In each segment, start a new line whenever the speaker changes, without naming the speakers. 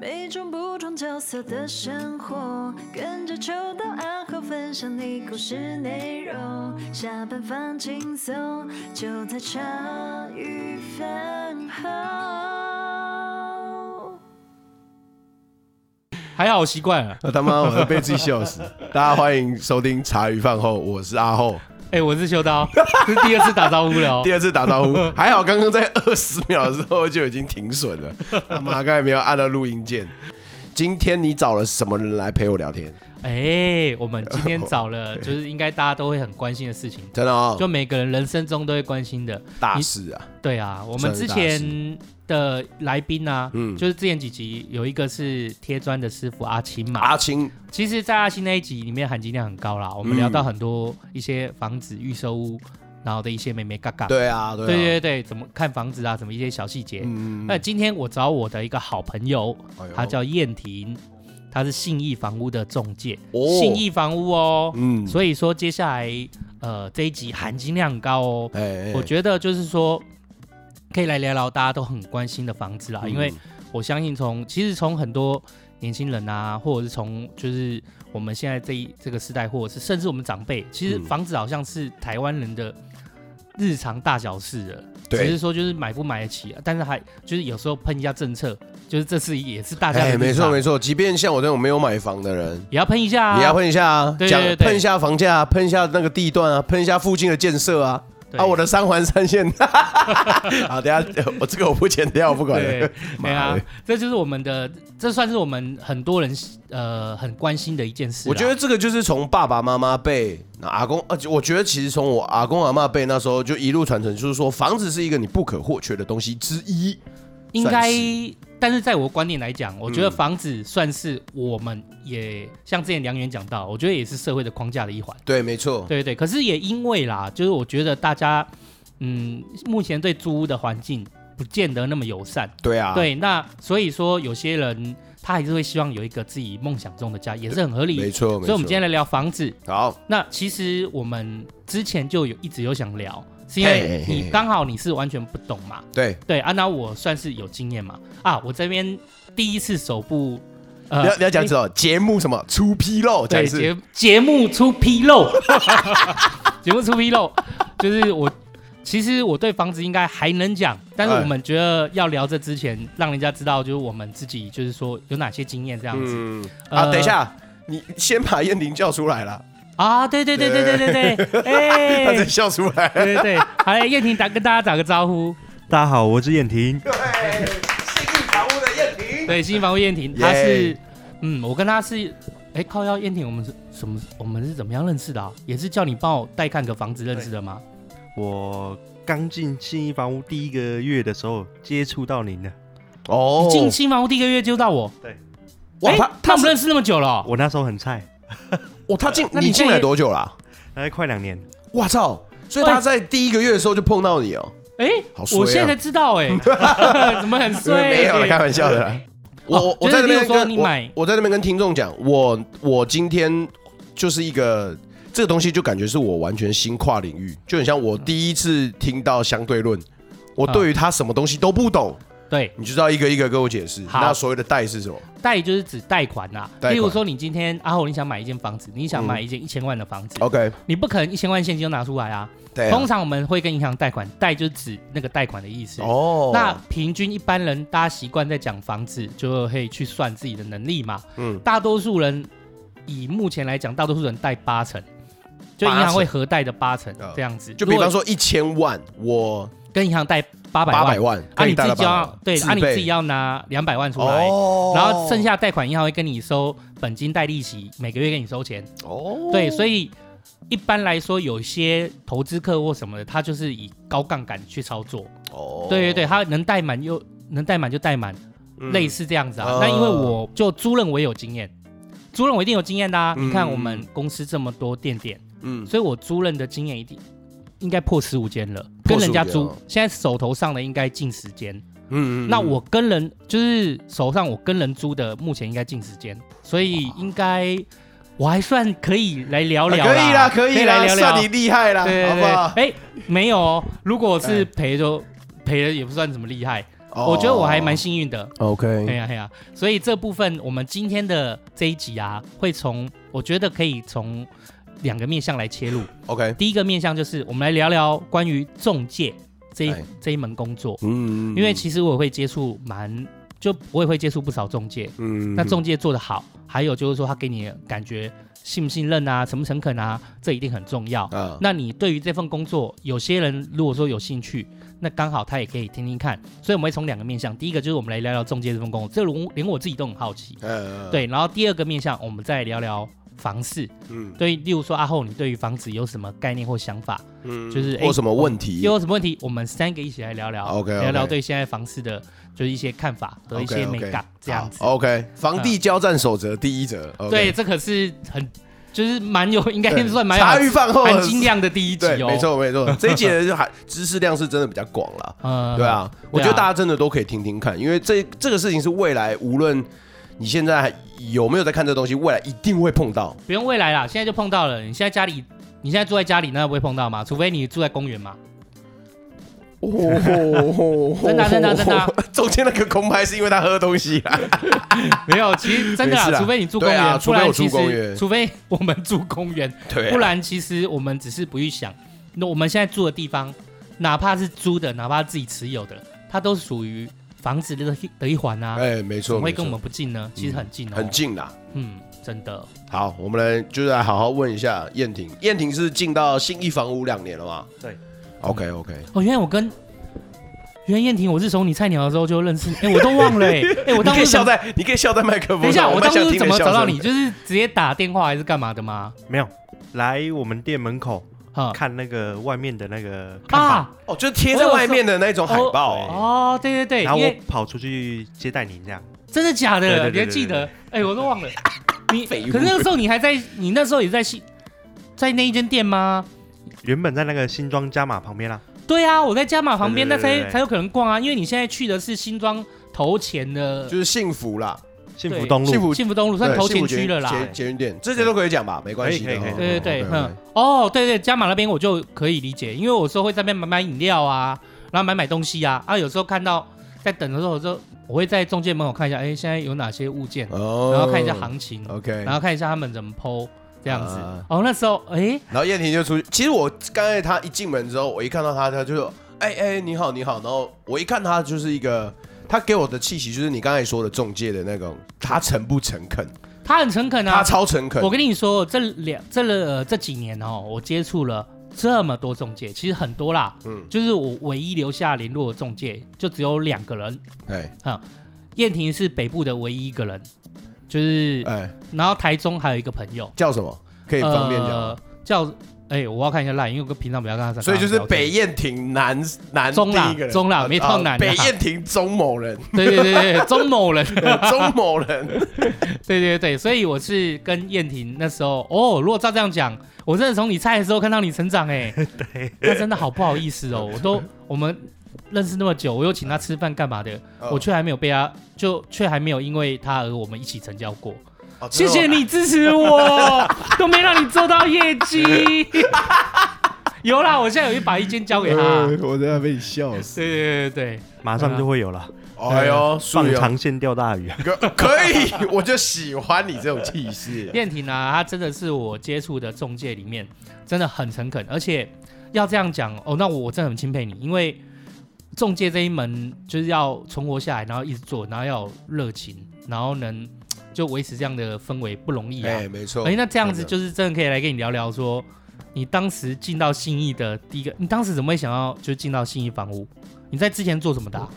每种不同角色的生活，跟着秋到暗号分享你故事内容。下班放轻松，就在茶余饭后。
还好习惯了。
我他妈，我都被自己笑 死。大家欢迎收听茶余饭后，我是阿后。
哎、我是修刀， 这是第二次打招呼了哦
第。二次打 招呼，还好刚刚在二十秒的时候就已经停损了。他妈，刚才没有按到录音键。今天你找了什么人来陪我聊天？
哎、我们今天找 了，就是应该大家都会很关心的事情，
真的哦
就，每个人人生中都会关心的。
大事啊，
对啊，我们之前的来宾啊，
嗯
就是之前几集有一个是贴砖的师傅阿青嘛，
阿青，
其实，在阿星那一集里面含金量很高啦，我们
嗯
聊到很多一些房子、预售屋，然后的一些美眉嘎嘎，
对啊，
对
对啊，
对对，怎么看房子啊，怎么一些小细节。
嗯
那今天我找我的一个好朋友，
哎
他叫燕婷，他是信义房屋的中介，
哦
信义房屋哦，
嗯
所以说接下来呃这一集含金量很高哦，
哎，
我觉得就是说可以来聊聊大家都很关心的房子啦，
嗯
因为我相信从其实从很多年轻人啊，或者是从就是我们现在这一这个时代，或者是甚至我们长辈，其实
嗯
房子好像是台湾人的日常大小事了。只是
对，
说就是买不买得起、啊，但是还就是有时候喷一下政策，就是这次也是大家的
哎，
日常、
没错没错，即便像我这种没有买房的人，
也要喷一下、啊，
也要喷一下啊，
对
讲
对对
喷一下房价啊，喷一下那个地段啊，喷一下附近的建设啊。
对
啊，我的三环三线， 好，等一下呃我这个我不剪掉，我不管了
对。对
妈
啊
的，
这就是我们的，这算是我们很多人呃很关心的一件事啦。
我觉得这个就是从爸爸妈妈辈、那阿公，而且我觉得其实从我阿公阿妈辈那时候就一路传承，就是说房子是一个你不可或缺的东西之一。
应该
算是，
但是在我观点来讲，我觉得
嗯
房子算是我们也像之前梁源讲到，我觉得也是社会的框架的一环。
对，没错。
对对，可是也因为啦，就是我觉得大家嗯，目前对租屋的环境不见得那么友善。
对啊，，
对，那所以说有些人他还是会希望有一个自己梦想中的家，也是很合
没
理。
错。没
所以，我们今天
错
来聊房子。
好，
那其实我们之前就有一直有想聊，是因为
嘿嘿
你
嘿
刚好你是完全不懂嘛，
对，
对啊，那我算是有经验嘛啊，我这边第一次首部，
你
呃
要你要讲什么节目什么出纰漏，讲
对
一次
节节目出纰漏， 节目出纰漏，就是我其实我对房子应该还能讲，但是
哎
我们觉得要聊这之前，让人家知道就是我们自己就是说有哪些经验这样子、
嗯，啊，
呃
等一下，你先把燕玲叫出来了，
啊，对对对对对对对， 哎、
她真笑出来。
对对对，好，来燕婷打跟大家打个招呼。
大家好，我是燕婷。
对，信义房屋的燕婷。
对，新房屋燕婷，
耶
她是，嗯，我跟她是，哎，靠腰燕婷，我们是什么？我们是怎么样认识的啊？也是叫你帮我带看个房子认识的吗？
我刚进信义房屋第一个月的时候接触到您的，
哦
你进新房屋第一个月就到我，
哇，
诶
他
那
他
我们
是
认识那么久了哦，
我那时候很菜，
哦，他进
那你
你进
现
来
在
多久啦？
大概快两年。
哇操！所以他在第一个月的时候就碰到你哦，
哎，
好衰啊
我现在才知道， 哎，怎么很衰？哎
没有啦，开玩笑的啦。 我我我
啊哦就
在
是
那
例如
边
说
跟
你
我
买，
我在那边跟听众讲，我我今天就是一个这个东西，就感觉是我完全新跨领域，就很像我第一次听到相对论，我
嗯
对于他什么东西都不懂，
对，
你就是要一个一个跟我解释。
好
那所谓的贷是什么？
贷就是指贷款啦。
贷款嗯
例如说，你今天阿豪，你想买一间房子，你想买一间一千万的房子，
OK，
你不可能一千万现金就拿出来啊。
对啊，
通常我们会跟银行贷款，贷就是指那个贷款的意思。
哦，
那平均一般人，大家习惯在讲房子，就会去算自己的能力嘛。
嗯
大多数人以目前来讲，大多数人贷八成，就银行会合贷的八成
嗯
这样子。
就比方
如果
说一千万，我
跟银行贷八百
八百
万，
万，
啊，
跟
你自
贷
己
了
就要
800
对，啊，你
自备
自己要拿两百万出来，
哦，
然后剩下贷款银行会跟你收本金带利息，每个月给你收钱。
哦，
对，所
以
以一般来说，有些投资客或什么的，他就是以高杠杆去操作。
哦
对对对，他能贷满又能贷满就贷满。类
似
似这样子啊
嗯。
那因为我就租赁我也有经验，租赁我一定有经验的啊。
嗯
你看我们公司这么多店点，
嗯
所以我租赁的经验一定应该破十五间了，
破
跟人家
15间
租
哦，
现在手头上的应该近十间。
嗯嗯
那我跟人就是手上我跟人租的，目前应该近十间，所以应该我还算可以来哦聊聊
哎啊可以啦，
可
可以
来
啦，
聊
算你
聊。
厉害啦，
对
好
对
不好？
对，哎，没有哦，如果是
哎
赔就赔了也不算怎么厉害，
哦
我觉得我还蛮幸运的。哎
OK，
呀哎呀，所以这部分我们今天的这一集啊，会从我觉得可以从两个面向来切入。
OK，
第一个面向就是我们来聊聊关于中介这一
哎
这一门工作，
嗯
因为其实我也会接触蛮，就我也会接触不少中介。
嗯
那中介做得好，还有就是说他给你的感觉信不信任啊，诚不诚恳啊，这一定很重要。
啊，
那你对于这份工作，有些人如果说有兴趣，那刚好他也可以听听看。所以我们会从两个面向，第一个就是我们来聊聊中介这份工作，这连我连我自己都很好奇。
呃，
对，然后第二个面向，我们再聊聊房市。
嗯
对，例如说阿厚，你对于房子有什么概念或想法？
嗯
就是哎
或什么问题
又有什么问题？我们三个一起来聊聊
OK，OK
聊聊对现在房市的，就是一些看法和一些美
OK，OK
感这样子。嗯
好 OK，房地交战守则第一则，
对，
OK，
这可是很，就是蛮有，应该
对
算蛮有
茶余饭后
含金量的第一集
对，
哦。
没，错 没错，这一节就还知识量是真的比较广啦。
呃，
对，啊，我觉得大家真的都可以听听看，因为这这个事情是未来无论你现在还有没有在看这东西，未来一定会碰到。
不用未来啦，现在就碰到了。你现在家里，你现在住在家里，那不会碰到嘛？除非你住在公园嘛。
哦，
真的啊真的啊真的啊，
中间那个空拍是因为他喝东西啊啦。
没有，其实真的
没事
啦，
啦
除非你住公园，
对啊
不然
除非
其
我住公
实
园
除非我们住公 园，
对啊，
不然其实我们只是不预想。那我们现在住的地方，哪怕是租的，哪怕自己持有的，它都属于房子的一的一环啊。
哎，没
怎
错，
么会
没
跟
错
我，们不近呢？其实很近哦，
很，近啦。
嗯，真的。
好，我们来就是来好好问一下燕婷，燕婷是进到信义房屋两年了吗？
对
，OK OK，
哦，原来我跟袁燕婷，我是从你菜鸟的时候就认识，哎、我都忘了、欸，哎、我
你
当初
可以
怎
笑
么
在，你可以笑在麦克风
等一
上。
下，我
蛮
当
想
初
听
怎么
笑
找到
声
你？就是直接打电话还是干嘛的吗？
没有来我们店门口
啊、
看那个外面的那个看板，
啊，
哦，就是贴在外面的那种海报。哎
哦，对对对，
然后
因
我
为
跑出去接待你这样。
真的假
对对
的，
对
你还记得？哎、我都忘 了。你
废物
可是那个时候你还在，你那时候也在西，在那一间店吗？
原本在那个新庄加码旁边啦，
对啊，我在加码旁边，
对
那
对对对
才才有可能逛啊，因为你现在去的是新庄头前的
就是幸福啦，
幸福
对
东路。
幸福
哦幸福东路，算
对
头
幸
前
福捷
区了啦。哎
捷捷运店这些都可以讲吧，没关系的
可以可以
哦。
可以
对对对，
OK，OK
嗯，哦，对对，加码那边我就可以理解，因为我有时候会在那边买买饮料啊，然后买买东西啊，啊，有时候看到在等的时候，我就我会在中介门口看一下，哎，现在有哪些物件，嗯
哦，
然后看一下行情，
OK，
然后看一下他们怎么剖这样子
啊。
哦，那时候，哎，
然后燕婷就出去。其实我刚才她一进门之后，我一看到她，她就说：“哎哎，你好，你好。”然后我一看她就是一个，她给我的气息就是你刚才说的中介的那种，她诚不诚恳？
他很诚恳
她
啊。
超诚恳
我。跟你说，这两这呃这几年哦，我接触了这么多中介，其实很多啦，
嗯，
就是我唯一留下联络的中介就只有两个人，
哎
燕婷是北部的唯一一个人，就是
哎，
然后台中还有一个朋友，
叫什么？可以方便讲吗。
呃、叫哎、我要看一下赖，因为我平常比较跟他在
所以就是
聊天
北燕婷南南
中啦
第一个人
中啦
啊
没到南啦
啊北燕婷中 某人，
对对对对对中某人，对
中某人。
对对对，所以我是跟燕婷那时候哦，如果照这样讲，我真的从你菜的时候看到你成长 哎、对，那真的好不好意思哦，我都我们认识那么久，我又请他吃饭干嘛的，
哦
我却还没有被他就却还没有因为他而我们一起成交过，
哦
谢谢。你支持我，都没让你做到业绩。有啦，我现在有一把一间交给
真的
他
吗。哎我真的被你笑死。
对对对对
马上就会有
啊
了，
哎呦，素
放
有
长线钓大鱼啊！
可可以， 我就喜欢你这种气势
对，。燕婷啊，她真的是我接触的中介里面真的很诚恳，而且要这样讲哦，那我真的很钦佩你，因为中介这一门就是要存活下来，然后一直做，然后要有热情，然后能就维持这样的氛围不容易啊。
哎，没错。
哎、那这样子
真的
就是真的可以来跟你聊聊说，你当时进到信义的第一个，你当时怎么会想要就进到信义房屋？你在之前做什么的啊？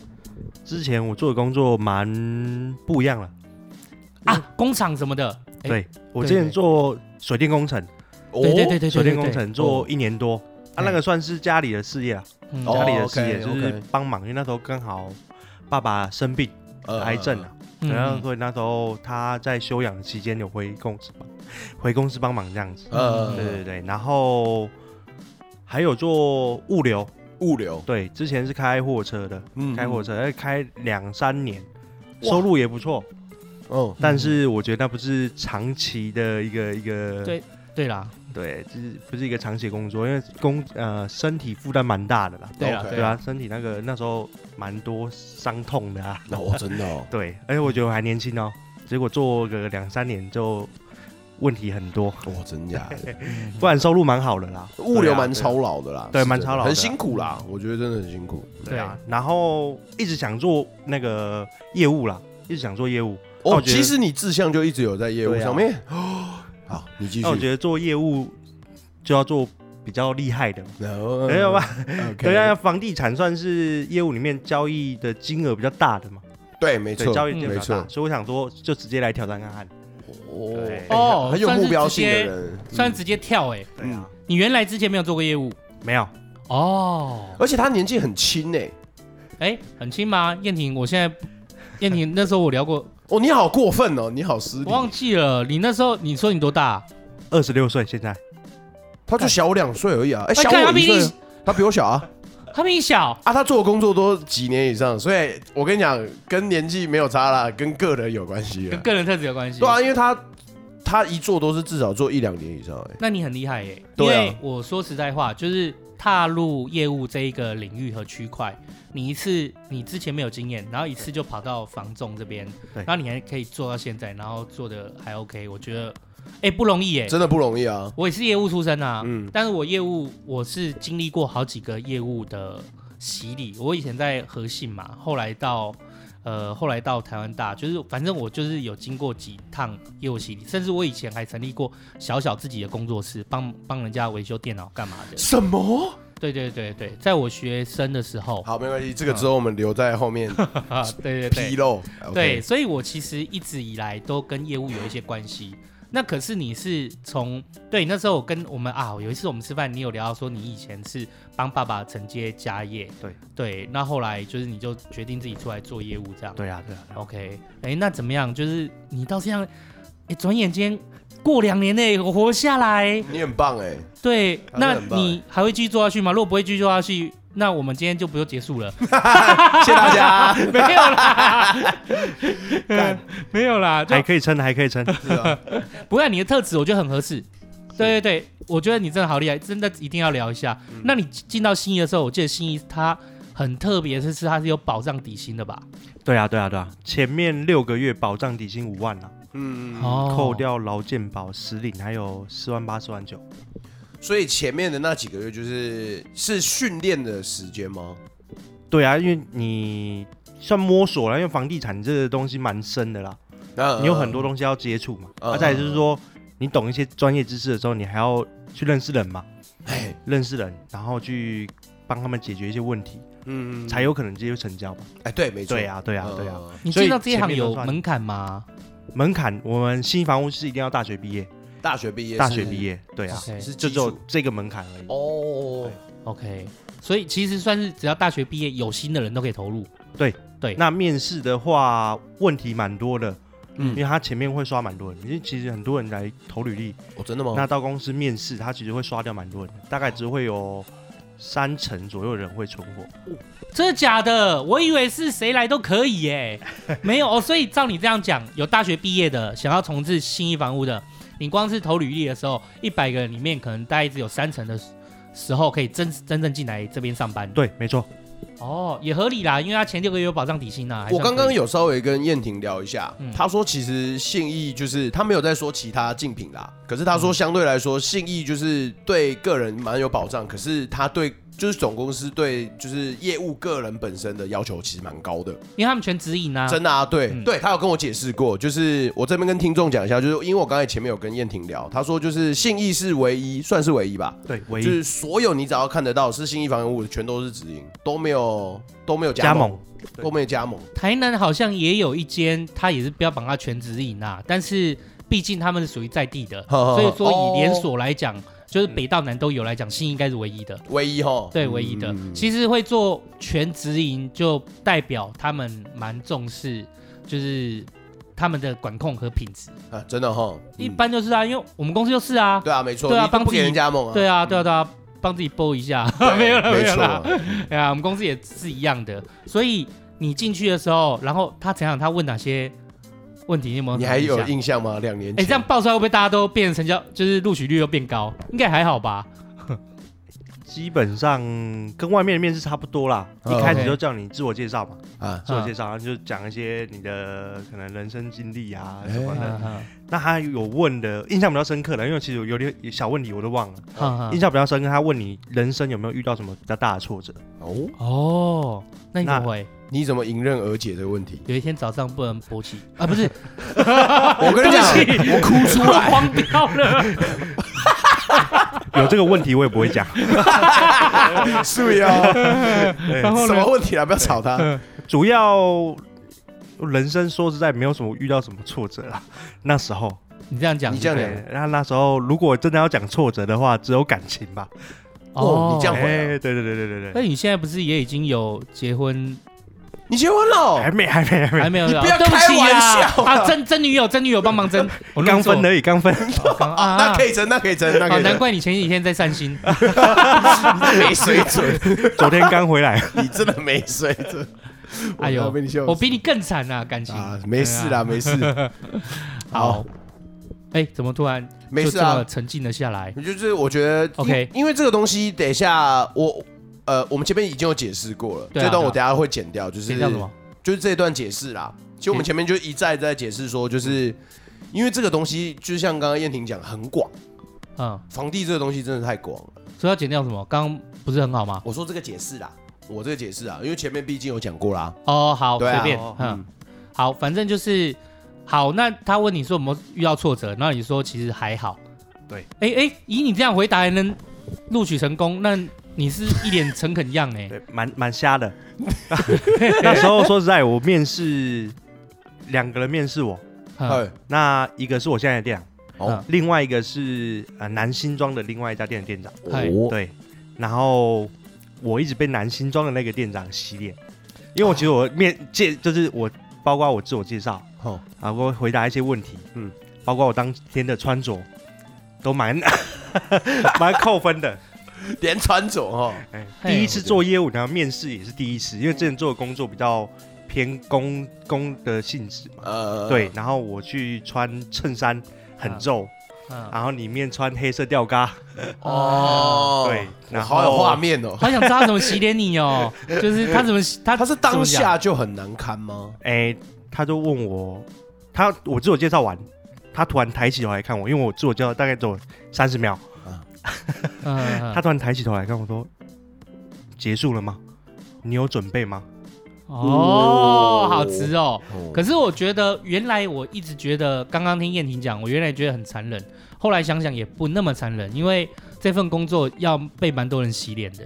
之前我做的工作蛮不一样了，
啊工厂什么的？哎
对我
对
之前
对
做水电工程，
哦
对对对对对对
水电工
对，哦
程做一年多，啊，
嗯
那个算是家里的事业了，
嗯
哦
家里的事
OK，
业就是
OK
帮忙，因为那时候刚好爸爸生病
呃
癌症啊，然后
嗯
所以那时候他在休养期间有回公司帮，回公司帮忙这样子，
呃
对对对，然后还有做物流，
物流，
对，之前是开货车的，
嗯
开货车，哎开两三年，收入也不错，
哦，
但是我觉得那不是长期的一个一个
对啦，
对，这是不是一个长期工作？因为工呃身体负担蛮大的啦，
对啊
OK
对
对
啊，
啊，身体那个那时候蛮多伤痛的啊，
那我真的哦，
对，而且我觉得我还年轻哦，结果做个两三年就问题很多，
我真假 的，
啊
嗯
不然收入蛮好的啦，
物流
对啊
蛮操劳的啦，是真
对
的
蛮操劳的
很辛苦啦，我觉得真的很辛苦。
对啊，然后一直想做那个业务啦，一直想做业务。那
哦，
我觉得
其实你志向就一直有在业务
对啊
上面。哦，好，你继
那我觉
续。
得做业务就要做比较厉害的嘛，哎
没
没有吧？对啊，
对
房地产算是业务里面交易的金额比较大的嘛，
对，没
对，
错，
交易金额
没
比较大，
错。
所以我想说就直接来挑战看看。对
哦
哎很有
算是
目标性的
直接
人，
算
嗯
直接跳哎、
对啊，
你原来之前没有做过业务
没有，
哦？
而且他年纪很轻欸诶。
哎、很轻吗？燕婷，我现在燕婷那时候我聊过，
哦，你好过分哦，你好失礼
我。忘记了，你那时候你说你多大？啊
二十六岁现在，
他就小我两岁而已啊，哎，
哎
小
看
我
他比
一岁
你
啊，他比我小啊。
他比你小，
啊，他做的工作都几年以上，所以我跟你讲，跟年纪没有差啦，跟个人有关系
跟
啊。
个人特质有关系。
对啊，因为他他一做都是至少做一两年以上、欸，
那你很厉害耶、因
对啊
为我说实在话，就是踏入业务这一个领域和区块，你一次你之前没有经验，然后一次就跑到房仲这边，
对
然后你还可以做到现在，然后做的还 OK，我觉得哎、不容易耶、
真的不容易啊。
我也是业务出身啊，
嗯
但是我业务我是经历过好几个业务的洗礼。我以前在和信嘛，后来到呃，后来到台湾大，就是反正我就是有经过几趟业务洗礼，甚至我以前还成立过小小自己的工作室，帮帮人家维修电脑干嘛的。
什么？
对对对对，在我学生的时候，
好，没关系，这个之后我们留在后面
啊，对对
披
对
露。
对，
OK，
所以我其实一直以来都跟业务有一些关系。那可是你是从对那时候我跟我们啊，有一次我们吃饭，你有聊到说你以前是帮爸爸承接家业，
对
对，那后来就是你就决定自己出来做业务这样。
对啊，对啊，对啊
OK，哎、那怎么样？就是你到现在，哎，转眼间过两年内我活下来，
你很棒哎、 欸
对，
啊那
那
很棒
你还会继续做下去吗？如果不会继续做下去，那我们今天就不用结束 了。
谢谢大 家。
没有 啦，没有啦，就
还可以撑，还可以撑。
是啊
不过你的特质我觉得很合适。对对对，我觉得你真的好厉害，真的一定要聊一下。
嗯
那你进到新一的时候，我记得新一它很特别，是是它是有保障底薪的吧？
对啊，对啊，对啊，前面六个月保障底薪五万啊，
嗯，
哦
扣掉劳健保、实领还有四万八、四万九。
所以前面的那几个月就是是训练的时间吗？
对啊，因为你算摸索了，因为房地产这个东西蛮深的啦，
那
你有很多东西要接触嘛。
嗯
啊，再来就是说，你懂一些专业知识的时候，你还要去认识人嘛，
哎，
认识人，然后去帮他们解决一些问题，
嗯
才有可能直接成交吧。
哎，对，没错，
对啊，对啊，
嗯
对啊。。
你
所以
进到这一行
前面都
有
算
门槛吗？
门槛，我们新房屋是一定要大学毕业，
大学毕业，
大学毕业，对啊，
OK
是
就
基
只有
础
这个门槛而已。
哦。
OK，所以其实算是只要大学毕业有心的人都可以投入。啊
那面试的话，问题蛮多的，
嗯
因为他前面会刷蛮多人，因为其实很多人来投履历，
哦，真的吗？
那到公司面试，他其实会刷掉蛮多人的，大概只会有三成左右的人会存活。
真的假的？我以为是谁来都可以耶、 没有哦。所以照你这样讲，有大学毕业的想要从事新一房屋的，你光是投履历的时候，一百个里面可能大概只有三成的时候可以真真正进来这边上班。
对，没错，
哦，也合理啦，因为他前六个月有保障底薪啊。还
我
算可
刚
以
刚有稍微跟燕婷聊一下，
嗯
她说其实信义就是她没有在说其他竞品啦，可是她
嗯
说相对来说信义就是对个人蛮有保障，可是她对就是总公司对就是业务个人本身的要求其实蛮高的，
因为他们全指引啊。
真的啊，对、
嗯
对，她有跟我解释过，就是我这边跟听众讲一下，就是因为我刚才前面有跟燕婷聊，她说就是信义是唯一，算是唯一吧。
对，
就
唯一
是所有你只要看得到是信义房屋的，全都是直营，都没有都没有
加
盟，
盟。对
都没有加盟。
台南好像也有一间，他也是标榜他全指引啊，但是毕竟他们是属于在地的，
呵呵呵
所以说以连
哦
锁来讲，就是北到南都有来讲，新应该是唯一的。
唯一哈，
对，唯一的。
嗯
其实会做全直营，就代表他们蛮重视，就是他们的管控和品质。
啊，真的哈，
一
嗯
般就是啊，因为我们公司就是啊，
对啊，没错，
对啊
你都
帮
不
自己
给人加盟啊，
对啊，对啊，对啊，帮自己播一下， 没有了，没
没
有
错
了
啊。，
哎呀，我们公司也是一样的，所以你进去的时候，然后他怎样？他问哪些问题，你有没有？
你还有？印象吗？两年
哎，
前，
这样爆出来会不会大家都变成叫就是录取率又变高？应该还好吧？
基本上跟外面的面试差不多啦。
哦
一开始
OK
就叫你自我介绍嘛，
啊，
自我介绍，然后就讲一些你的可能人生经历啊
哎
什么的。
嗯嗯
那他有问的印象比较深刻的，因为其实有点小问题我都忘了，
嗯嗯
印象比较深刻。他问你人生有没有遇到什么比较大的挫折？
哦，
哦，那你怎么回？
你怎么迎刃而解这个问 题？
有一天早上不能勃起啊，不是
我跟你讲，
对不起
啊我哭出
我
来，
慌掉了。
有这个问题我也不会讲，
是呀，
对
然后
什
呢
么？问题啊？不要吵他。
主要人生说实在没有什么遇到什么挫折啦。那时候，
你这样讲，
你这样讲
对，那那时候如果真的要讲挫折的话，只有感情吧。
哦你这样
哎、
会啊
对对对对对
那
对，
哎你现在不是也已经有结婚，
你结婚了哦
还？没 还没还
还
没，
没有？
你不要
对不
开
起
玩
啊
笑啊
啊！真真女友，真女友帮忙 争，我弄
刚
错
分而已，刚分。
哦刚啊，
那可以争，那可以争，那
哦
可以
难
争。
怪你前几天在散 心。
你 没水准，
昨天刚回来，
你真的没水准。
哎呦
我被你笑死
我比你更惨啊，感情
啊，没事
对
啦，
啊
没事，
好，哎，怎么突然
没
就
事
这
啊
么。沉静了下来？
你就是我觉得
OK
因因为这个东西，等一下我呃，我们前面已经有解释过了，
对啊
这段我
对
等一下会剪掉，就是
谁叫什么？
就是这段解释啦。其实我们
嗯
前面就一再在解释说，就是因为这个东西，就像刚刚燕婷讲，很广，
嗯，
房地这个东西真的太广了。
所以要剪掉什么？刚刚不是很好吗？
我说这个解释啦，我这个解释啊，因为前面毕竟有讲过啦。
哦，好，
对
随
啊
便，
哦
嗯，好，反正就是好。那他问你说有没有遇到挫折，然后你说其实还好。
对，
哎哎，以你这样回答还能录取成功，那你是一脸诚恳样哎。
对，蛮蛮瞎的。那时候说实在，我面试两个人面试我，
嗯
哎，
那一个是我现在的店长，
哦
另外一个是呃南新庄的另外一家店的店长。
嗯嗨
哦，
对，然后我一直被南新庄的那个店长洗脸，因为我觉得我面介就是我，包括我自我介绍，
好，
然后回答一些问题，嗯，包括我当天的穿着，都蛮 蛮扣分的。
连穿着哦，
哎，
嘿
第一次做业务，然后面试也是第一次，因为之前做的工作比较偏工工的性质嘛，
呃，
对，，然后我去穿衬衫很皱，
嗯，
然后里面穿黑色吊嘎，
哦，
对
我
然后
好有画面哦。
好想知道他怎么洗脸你哦，就是他怎么洗他
他是
怎
当
么讲
下就很难堪吗？
哎、他就问我，他我自我介绍完，他突然抬起头来看我，因为我自我介绍大概只有三十秒，
嗯嗯
他突然抬起头来看我说：“结束了吗？你有准备吗
哦，好直哦。
哦
可是我觉得，原来我一直觉得，刚刚听燕婷讲，我原来觉得很残忍，后来想想也不那么残忍，因为这份工作要被蛮多人洗脸的。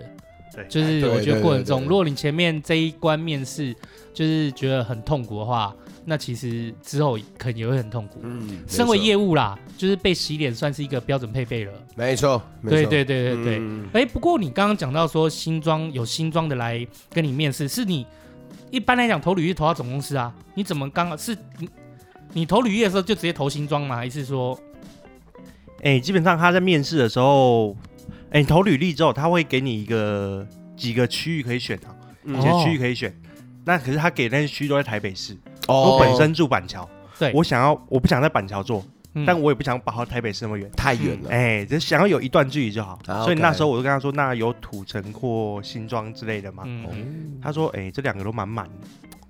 对
就是
哎对
我觉得过程
对对
中，
对
如果你前面这一关面试就是觉得很痛苦的话，那其实之后可能也会很痛苦。
嗯，
身为
没错
业务啦，就是被洗脸算是一个标准配备了。
没错，没
对
错
对对对对。
嗯
哎、不过你刚刚讲到说新装有新装的来跟你面试，是你一般来讲投履历投到总公司啊？你怎么刚是你你投履历的时候就直接投新装吗？还是说？？”
哎、基本上他在面试的时候，哎、你投履历之后，他会给你一个几个区域可以选啊，
嗯
几
哦
个区域可以选。那可是他给那些区域都在台北市，
哦
我本身住板桥，
对
我想要我不想在板桥做，
嗯
但我也不想跑到台北市那么远。
太远了，
哎、就想要有一段距离就好。
啊
所以
OK
那时候我就跟他说，那有土城或新庄之类的吗？
嗯嗯
他说，哎、这两个都满满的，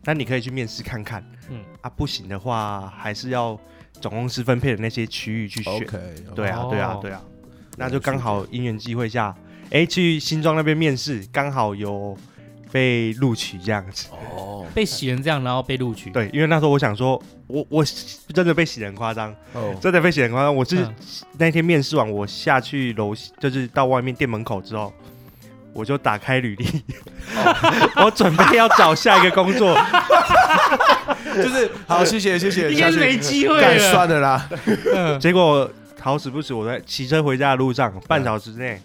那你可以去面试看看。
嗯
嗯，啊，不行的话，还是要总公司分配的那些区域去选。
，OK，
对啊
哦，
对啊，对啊。那就刚好因缘机会下，哎、去新庄那边面试，刚好有被录取这样子。
哦，
被洗成这样，然后被录取。
对，因为那时候我想说，我我真的被洗得很夸张，
哦，
真的被洗得很夸张。我是
嗯
那天面试完，我下去楼，就是到外面店门口之后，我就打开履历，我准备要找下一个 工作。
就是好，谢谢谢谢，
应该是
下去
没机会
干
了。
算了啦，
嗯
结果好死不死，我在骑车回家的路上，半小时内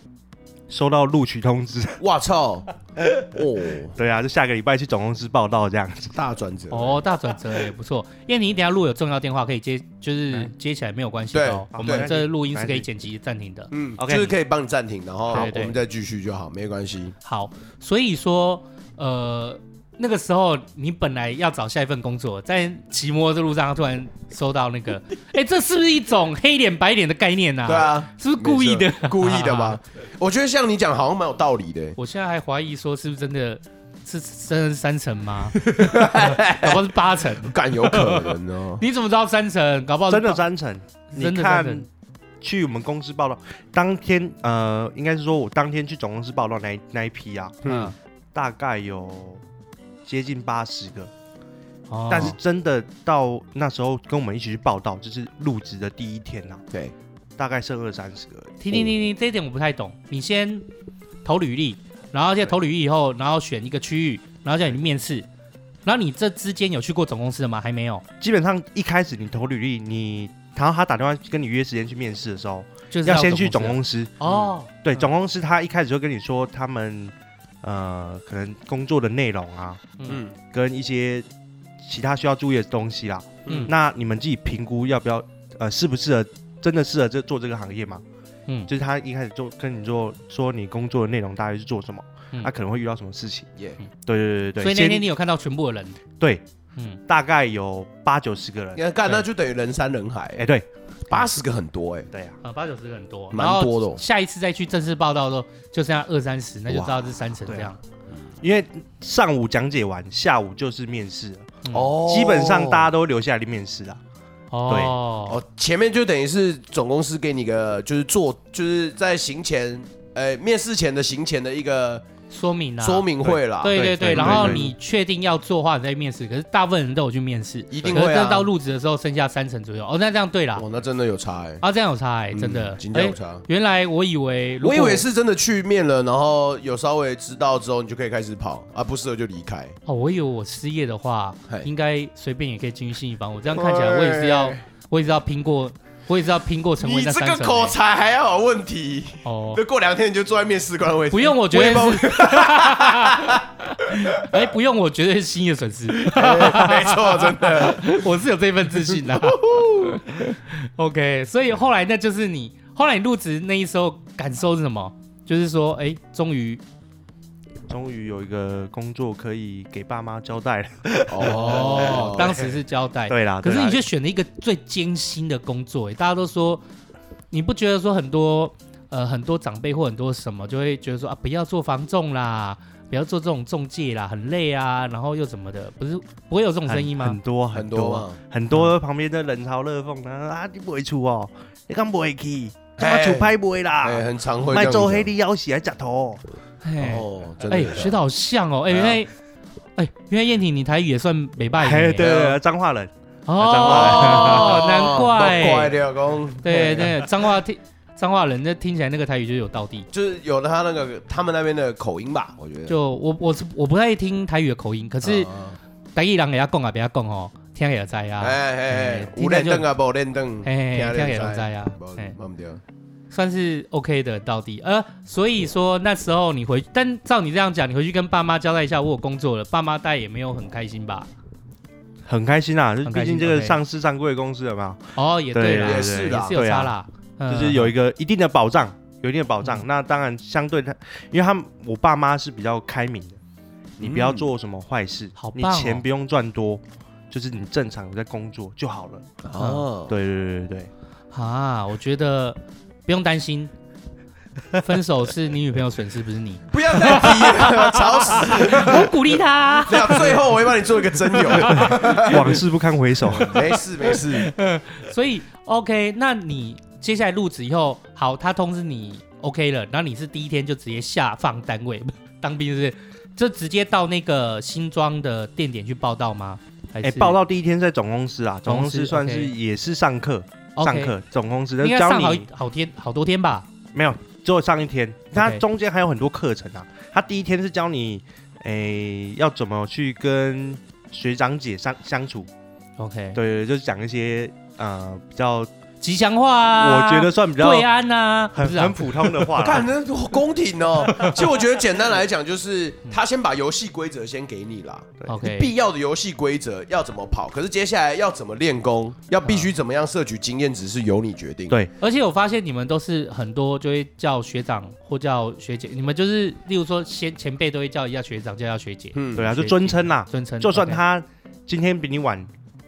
收到录取通知。
哇操，哦，
对啊，就下个礼拜去总公司报道这样子。
大转折，
哦，大转折也不错。因为你等一下录有重要电话可以接，就是接起来没有关系的哦。
对
我们
对
这录音是可
哎没关
以
系
剪辑暂停的。
嗯
OK
就是可以帮你暂停，然后
对对
我们再继续就好，没关系，
好，所以说，呃，那个时候你本来要找下一份工作，在骑摩托车路上突然收到那个，哎，这是不是一种黑脸白脸的概念呐、
对，啊，
是不是故意的
没？错，故意的吧？我觉得像你讲好像蛮有道 理的欸。
我现在还怀疑说是不是真的是真的是三成 吗？搞不好是八成，，
敢有可能哦
你怎么知道三成？搞不好是
真的三成。你
真的三
看
成
去我们公司报道，当天呃，应该是说我当天去总公司报道那一那一批啊，
嗯，
大概有接近八十个，
哦
但是真的到那时候跟我们一起去报道，就是入职的第一天啊，
对，
大概剩二三十个而已。
停停停停，这一点我不太懂。你先投履历，然后现在投履历以后，然后选一个区域，然后叫你面试。然后你这之间有去过总公司的吗？还没有，
基本上一开始你投履历，你然后他打电话跟你约时间去面试的时候，
就是
要先去总
司
公司。
哦。
对，
嗯
总公司他一开始就跟你说他们呃可能工作的内容啊，
嗯
跟一些其他需要注意的东西啦。
嗯
那你们自己评估要不要呃适不适合，真的适合这做这个行业吗？
嗯
就是他一开始就跟你做说你工作的内容大概是做什么，他、
嗯
可能会遇到什么事情。
耶，
对对对对对，
所以那天
先
你有看到全部的人，
对
嗯，
大概有八九十个人。
你看那就等于人山人海
哎、
欸，
对
八十个很多哎，
对啊，
呃，八九十个很多，
蛮
然后
多的哦
下一次再去正式报道的时候，就剩下二三十，那就知道是三成这样。
因为上午讲解完，下午就是面试了，
嗯
哦
基本上大家都留下来面试啊。
哦，
哦，前面就等于是总公司给你个就是做就是在行前。呃，面试前的行前的一个
说明啊，
说明会啦，
对对
对
对，
对
然后
对对
你确定要做的话，你再面试。可是大部分人都有去面试，
一定
可是
会
真的
啊。
到入职的时候剩下三成左右。哦，那这样对啦，
哇，那真的有差哎，
啊，这样有差哎，
嗯
真的
真。的
哎
有，差。
原来我以为如果，
我以为是真的去面了，然后有稍微知道之后，你就可以开始跑啊，不适合就离开。
哦，我以为我失业的话
嘿，
应该随便也可以进去信义房。我这样看起来，我也是要，我也是要拼过，我也是要拼过成为
你
那
这
三
个
成
口
欸。
才还要有问题，
哦，
那过两天你就坐在面试官的位置。
不用，我觉得
我也
是。 哎，不用，我绝对是新的损失。
啊没错，真的。
我是有这份自信的、OK，所以后来那就是你后来你入职那一时候感受是什么？就是说，哎、终于
终于有一个工作可以给爸妈交代了。
哦，当时是交代。
对
啊
啦，
可是
对啦
你却选了一个最艰辛的工作、欸诶大家都说，你不觉得说很多呃很多长辈或很多什么就会觉得说啊，不要做房仲啦，不要做这种中介啦，很累啊，然后又怎么的，不是不会有这种声音吗
很？多
很
很
多啊
多
嘛，
很多，旁边的冷嘲热讽啊啊！你不会出哦，你敢不会去？
哎
他妈出拍不会啦
哎、，很常会这
卖
样
做黑
子
的要死还夹头。
嘿
哦，真的。
哎、学的好像哦，哎、
哎呀
原来，哎、原来燕婷你台语也算北拜的
哎，
呢，
对对对，彰化人，
哦， 难
怪
怪，
的公，
对对，脏话听脏话人，那听起来那个台语就有道地。
就是有了他那个他们那边的口音吧，我觉得。
就我我是我不太听台语的口音，可是
啊
台语人也要讲啊，不要讲哦，听也在
哎
啊，
哎
哎
哎，无练凳啊，无练凳，
哎
听
听
得
也
出来
知啊
无
哎
忘不掉
算是 OK 的道地。呃，所以说那时候你回，但照你这样讲，你回去跟爸妈交代一下，我有工作了，爸妈大概也没有很开心吧？
很开心啊，就是
很开
毕
心
竟这个
OK
上市上柜的公司有没有？
哦，也对啦，
对
也
也
是
对
啦
是，有
对啊
差啦，嗯
就是有一个一定的保障，有一定的保障。那当然，相对他，因为他们我爸妈是比较开明的，你不要
嗯
做什么坏事
好，
你
棒哦
钱不用赚多，就是你正常在工作就好了。
哦，
对对对对对。
啊，我觉得不用担心，分手是你女朋友损失，不是你。
不要再提了， 吵死
我鼓励他。
这样最后我会帮你做一个真友，
往事不堪回首。
没事没事。
所以 OK，那你接下来入职以后，好，他通知你 OK 了，然后你是第一天就直接下放单位当兵是不是？就直接到那个新庄的店点去报道吗？还
哎、
是、
报道第一天在总公司啊，总
总
公
公司
司算是
OK
也是上课
OK
上课总公司，但
应
是
该
教
上好一
你
好天好多天吧？
没有，只有上一天，它
OK
中间还有很多课程啊。它第一天是教你，哎、要怎么去跟学长姐相相处，
OK，
对对，对就是讲一些呃比较
吉祥话啊，
我觉得算比较
贵安呐，
很
不是啊
很普通 的话啦。
看那宫廷哦，其实我觉得简单来讲，就是他先把游戏规则先给你啦，
OK，
必要的游戏规则要怎么跑，可是接下来要怎么练功，要必须怎么样摄取经验值是由你决定。
对
而且我发现你们都是很多就会叫学长或叫学姐，你们就是例如说先前辈都会叫一下学长，叫一下学姐，
嗯，
对啊，就尊称啦。
尊称，
就算
OK，
他今天比你晚，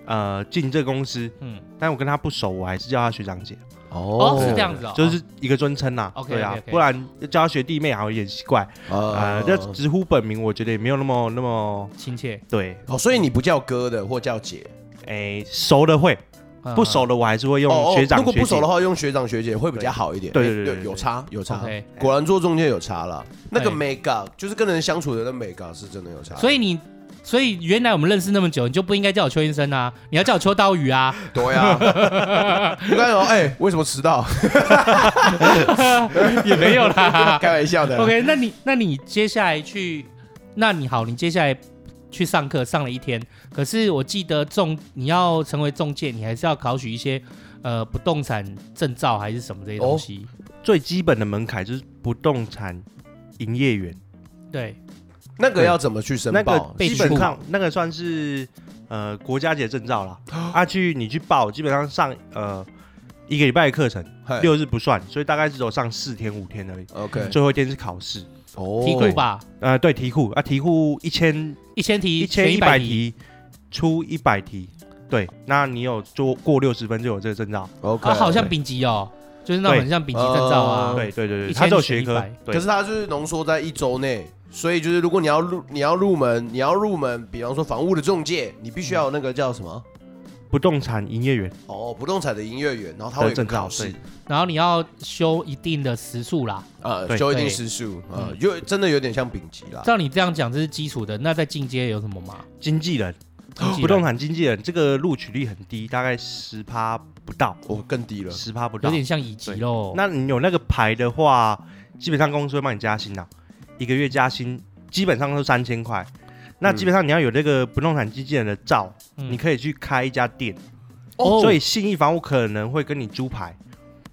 呃，进这公司，
嗯，
但我跟他不熟，我还是叫他学长姐，
哦是这样子哦，
就是一个尊称啦。
OK，OK，OK
对啊，不然叫他学弟妹好像也奇怪
哦
啊。要直呼本名，我觉得也没有那么那么
亲切，
对。
哦，所以你不叫哥的或叫姐，
哎，熟的会，
嗯
不熟的我还是
哦
会用
哦
学长
如果
学
不熟的
姐。
话，用学长学姐会比较好一点。
对
哎
对对对
有差有差
OK，
果然做中间有差了。那个
对
make up 就是跟人相处的那 make up 是真的有差。
所以你。所以原来我们认识那么久，你就不应该叫我邱先生啊，你要叫我邱刀鱼啊。
对啊， 你刚才说哎，为什么迟到？。
也没有啦
开玩笑的。
OK，那你那你接下来去，那你好，你接下来去上课上了一天，可是我记得中你要成为中介，你还是要考取一些呃不动产证照还是什么这些东西。
最基本的门槛就是不动产营业员，
对，
那个要怎么去申
那
报
个？
被
基
取
本
录
上那个算是呃国家级的证照啦。
哎
啊，去你去报，基本上上呃一个礼拜的课程，
嘿
六日不算，所以大概只有上四天五天而已。
OK
最后一天是考试，
哦
题库吧，
呃，对题库啊，题库一千
一千题
一千
选
一
一
百
百题。
题，出一百题，对，那你有做过六十分就有这个证照，
OK，
啊，好像丙级哦，就是那种
对
很像丙级证照啊。
哦
对对对对，
1000
它只有学
选
科
100，
对
可是它就是浓缩在一周内，所以就是如果你要入你要入门，你要入门，比方说房屋的中介，你必须要有那个叫什么？
不动产营业员，
哦，不动产的营业员，然后他会有一个
的证照
考试
对
然后你要修一定的时数啦。
啊，
对嗯
就一定时数啊，有真的有点像丙级啦。
照你这样讲，这是基础的。那在进阶有什么吗？
经纪人，
经纪人
哦不动产经纪人这个录取率很低，大概十趴不到，
我更低了，
十趴不
有
到。
点像乙级喽。
那你有那个牌的话，基本上公司会帮你加薪啦，啊一个月加薪基本上都三千块。那嗯基本上你要有那个不动产经纪人的照，
嗯
你可以去开一家店，
哦
所以信义房屋可能会跟你租牌，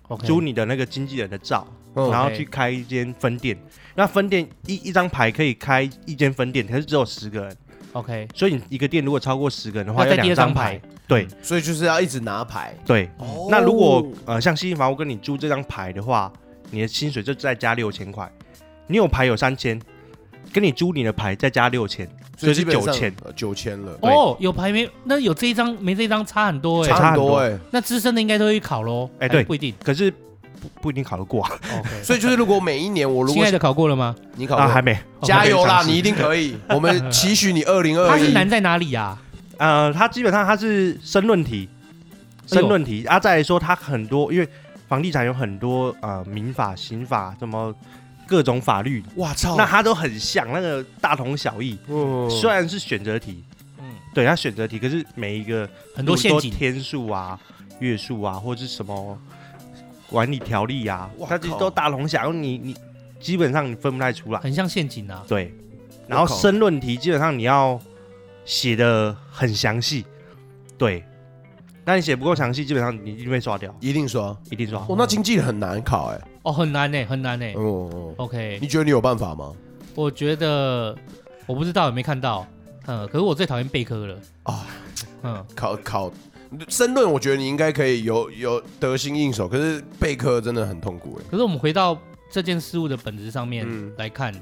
OK
租你的那个经纪人的照，
哦
嗯
然后去开一间分店。那分店一一张牌可以开一间分店，可是只有十个人，
OK，
所以你一个店如果超过十个人的话，
那
要
再第
两
二张
张牌
牌。
对
所以就是要一直拿牌。
对，
哦
那如果呃像信义房屋跟你租这张牌的话，你的薪水就再加六千块，你有牌有三千，跟你租你的牌再加六千，所以是
基本
九
上
千。，
呃九千了，
对
哦，有牌没？那有这一张没这一张差很多哎、
差
差很
很
多
多
哎。
那资深的应该都会考喽。还
哎对
不一定。
可是不不一定考得过啊，
OK，
所以就是如果每一年我如
亲
果
爱的考过了吗？
你考
啊还
过，
没。
加油啦，
哦
我还没尝试
你一定可以。我们期许你二零二
它是
一。
难在哪里啊呀、
呃，它基本上它是申论题，
哎呦
申论题。啊，再来说它很多，因为房地产有很多呃民法、刑法什么各种法律，
哇
哦
操！
那它都很像，那个大同小异。
嗯
虽然是选择题，
嗯，
对它选择题，可是每一个
很多陷阱
比如说。天数啊、月数啊，或者是什么管理条例啊
哇，
它其实
靠
都大同小异，你你基本上你分不太出来。
很像陷阱啊！
对，
我
然后
靠
申论题基本上你要写的很详细，对，那你写不够详细，基本上你一定被刷掉，
一定说，
一定刷。
哦，那经济很难考哎。
哦，很难呢、很难呢、
嗯
哦，哦
OK，
你觉得你有办法吗？
我觉得我不知道有没看到，嗯，可是我最讨厌备课了
哦
啊
嗯，
考考申论，我觉得你应该可以有有得心应手，可是备课真的很痛苦哎。
可是我们回到这件事物的本质上面
嗯
来看，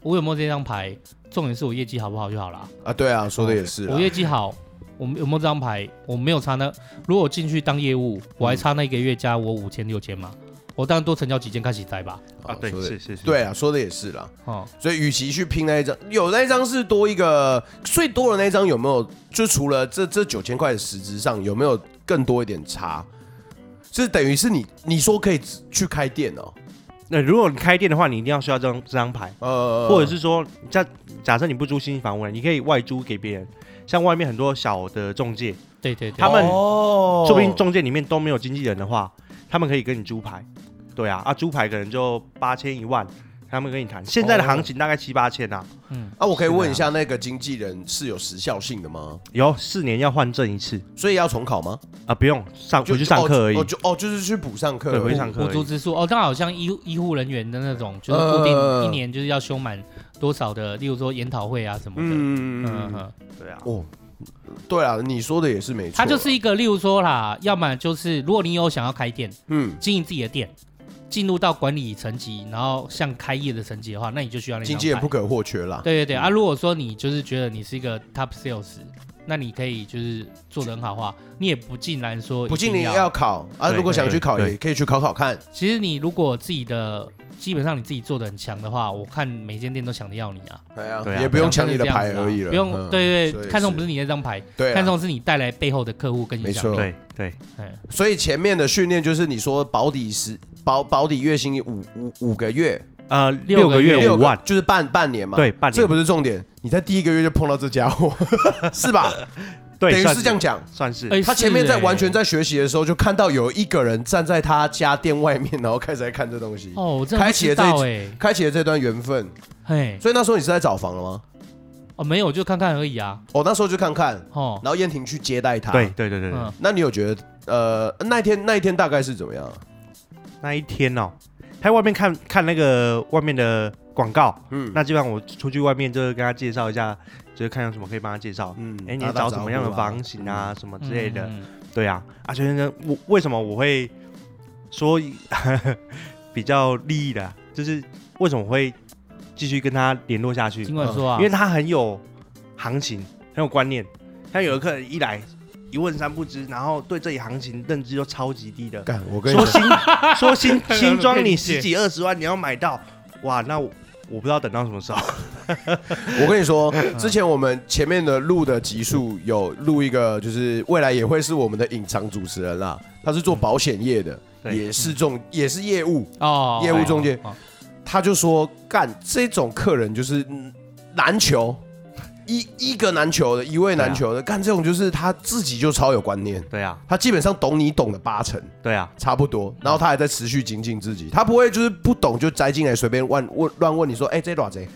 我有没有这张牌？重点是我业绩好不好就好啦。
啊，对啊，说的也是啦。
我业绩好，我们有没有这张牌？我没有差那，如果我进去当业务，我还差那一个月加我五千六千嘛，我当然多成交几件开始摘吧。
啊，对，
哦说的
是是是，
对啊，说的也是啦。
哦，
所以，与其去拼那一张，有那一张是多一个最多的那一张，有没有？就除了这这九千块的实质上，有没有更多一点差？是等于是你你说可以去开店哦，
那如果你开店的话，你一定要需要这张这张牌，
呃，
或者是说，假假设你不租新房屋了，你可以外租给别人，像外面很多小的中介，
对对对，
他们
哦
说不定中介里面都没有经纪人的话，他们可以跟你租牌，对啊，啊租牌可能就八千一万，他们跟你谈。现在
哦
的行情大概七八千啊，
啊，我可以问一下，那个经纪人是有时效性的吗？
有四年要换证一次
所以要重考吗？
啊，不用上回去上课而已
哦，。就哦，就是去补上课
对
而已，
回去上课
补
而
足
已。
之数哦，但好像医医护人员的那种，就是固定
呃
一年就是要修满多少的，例如说研讨会啊什么的。嗯
嗯嗯
嗯
嗯，
嗯，
对啊，
哦，对啊，你说的也是没错，
它就是一个，例如说啦，要么就是如果你有想要开店，
嗯，
经营自己的店，进入到管理层级，然后像开业的层级的话，那你就需要那张
经纪人
牌
不可或缺啦。
对对对、啊！如果说你就是觉得你是一个 top sales，那你可以就是做得很好的话，你也不尽然说
不
一定
仅你
要
要考啊，
对
如果想去考，
对
也可以去考考看。
其实你如果自己的基本上你自己做的很强的话，我看每间店都想着要你啊，
哎呀
对，啊
也不用抢你的
好像
牌
是这样子啊
而已了，
不用、对
嗯所
对
以
对，看中不是你那张牌，
对啊，
看中是你带来背后的客户跟影
没
响。
错，
对对，
哎
所以前面的训练就是你说保底十保保底月薪五五五个月，
呃，
六
六
个
个月
月
六
五
个
万，
就是半半年嘛。
对，，半
这个
年，
不是重点，你在第一个月就碰到这家 伙，是吧？
对，
等于
算
是这样，讲。
算是。
哎
他前面
是
在
哎
完全在学习的时候，就看到有一个人站在他家店外面，然后开始在看这东西，
哦，我真的
开
不
启
知
了这
道哎、
开启了这段缘分。
嘿，
所以那时候你是在找房了吗？
哦没有就看看而已啊，
哦，那时候就看看，
哦，
然后燕婷去接待他。
对，对对对对，
嗯，
那你有觉得呃那一天那一天大概是怎么样？
那一天哦，他在外面看看那个外面的广告，
嗯
那基本上我出去外面就是跟他介绍一下，就是看有什么可以帮他介绍。
嗯
哎，你要找什么样的房型啊，什么之类的？
嗯
对啊，啊，就是呢，我为什么我会说 比较利益的啊，就是为什么我会继续跟他联络下去？
尽管说
嗯
啊，
因为他很有行情，很有观念。像有的客人一来一问三不知，然后对这里行情认知都超级低的，
干，我 跟你
说
讲，
新说 新新装
可以
你
理解
十几二十万你要买到，哇，那我我不知道等到什么时候。
我跟你说，之前我们前面的录的集数有录一个，就是未来也会是我们的隐藏主持人啦，他是做保险业的，
嗯对
也是中也是业务，
哦
业务中介
哦哦
他就说干这种客人就是嗯难求。一一个难求的，一位
啊
难求的，干、这种就是他自己就超有观念，
对啊，
他基本上懂你懂的八成，
对啊，
差不多，然后他还在持续精进自己，他不会就是不懂就摘进来随便问问乱问你说，哎、这多少 钱？
嗯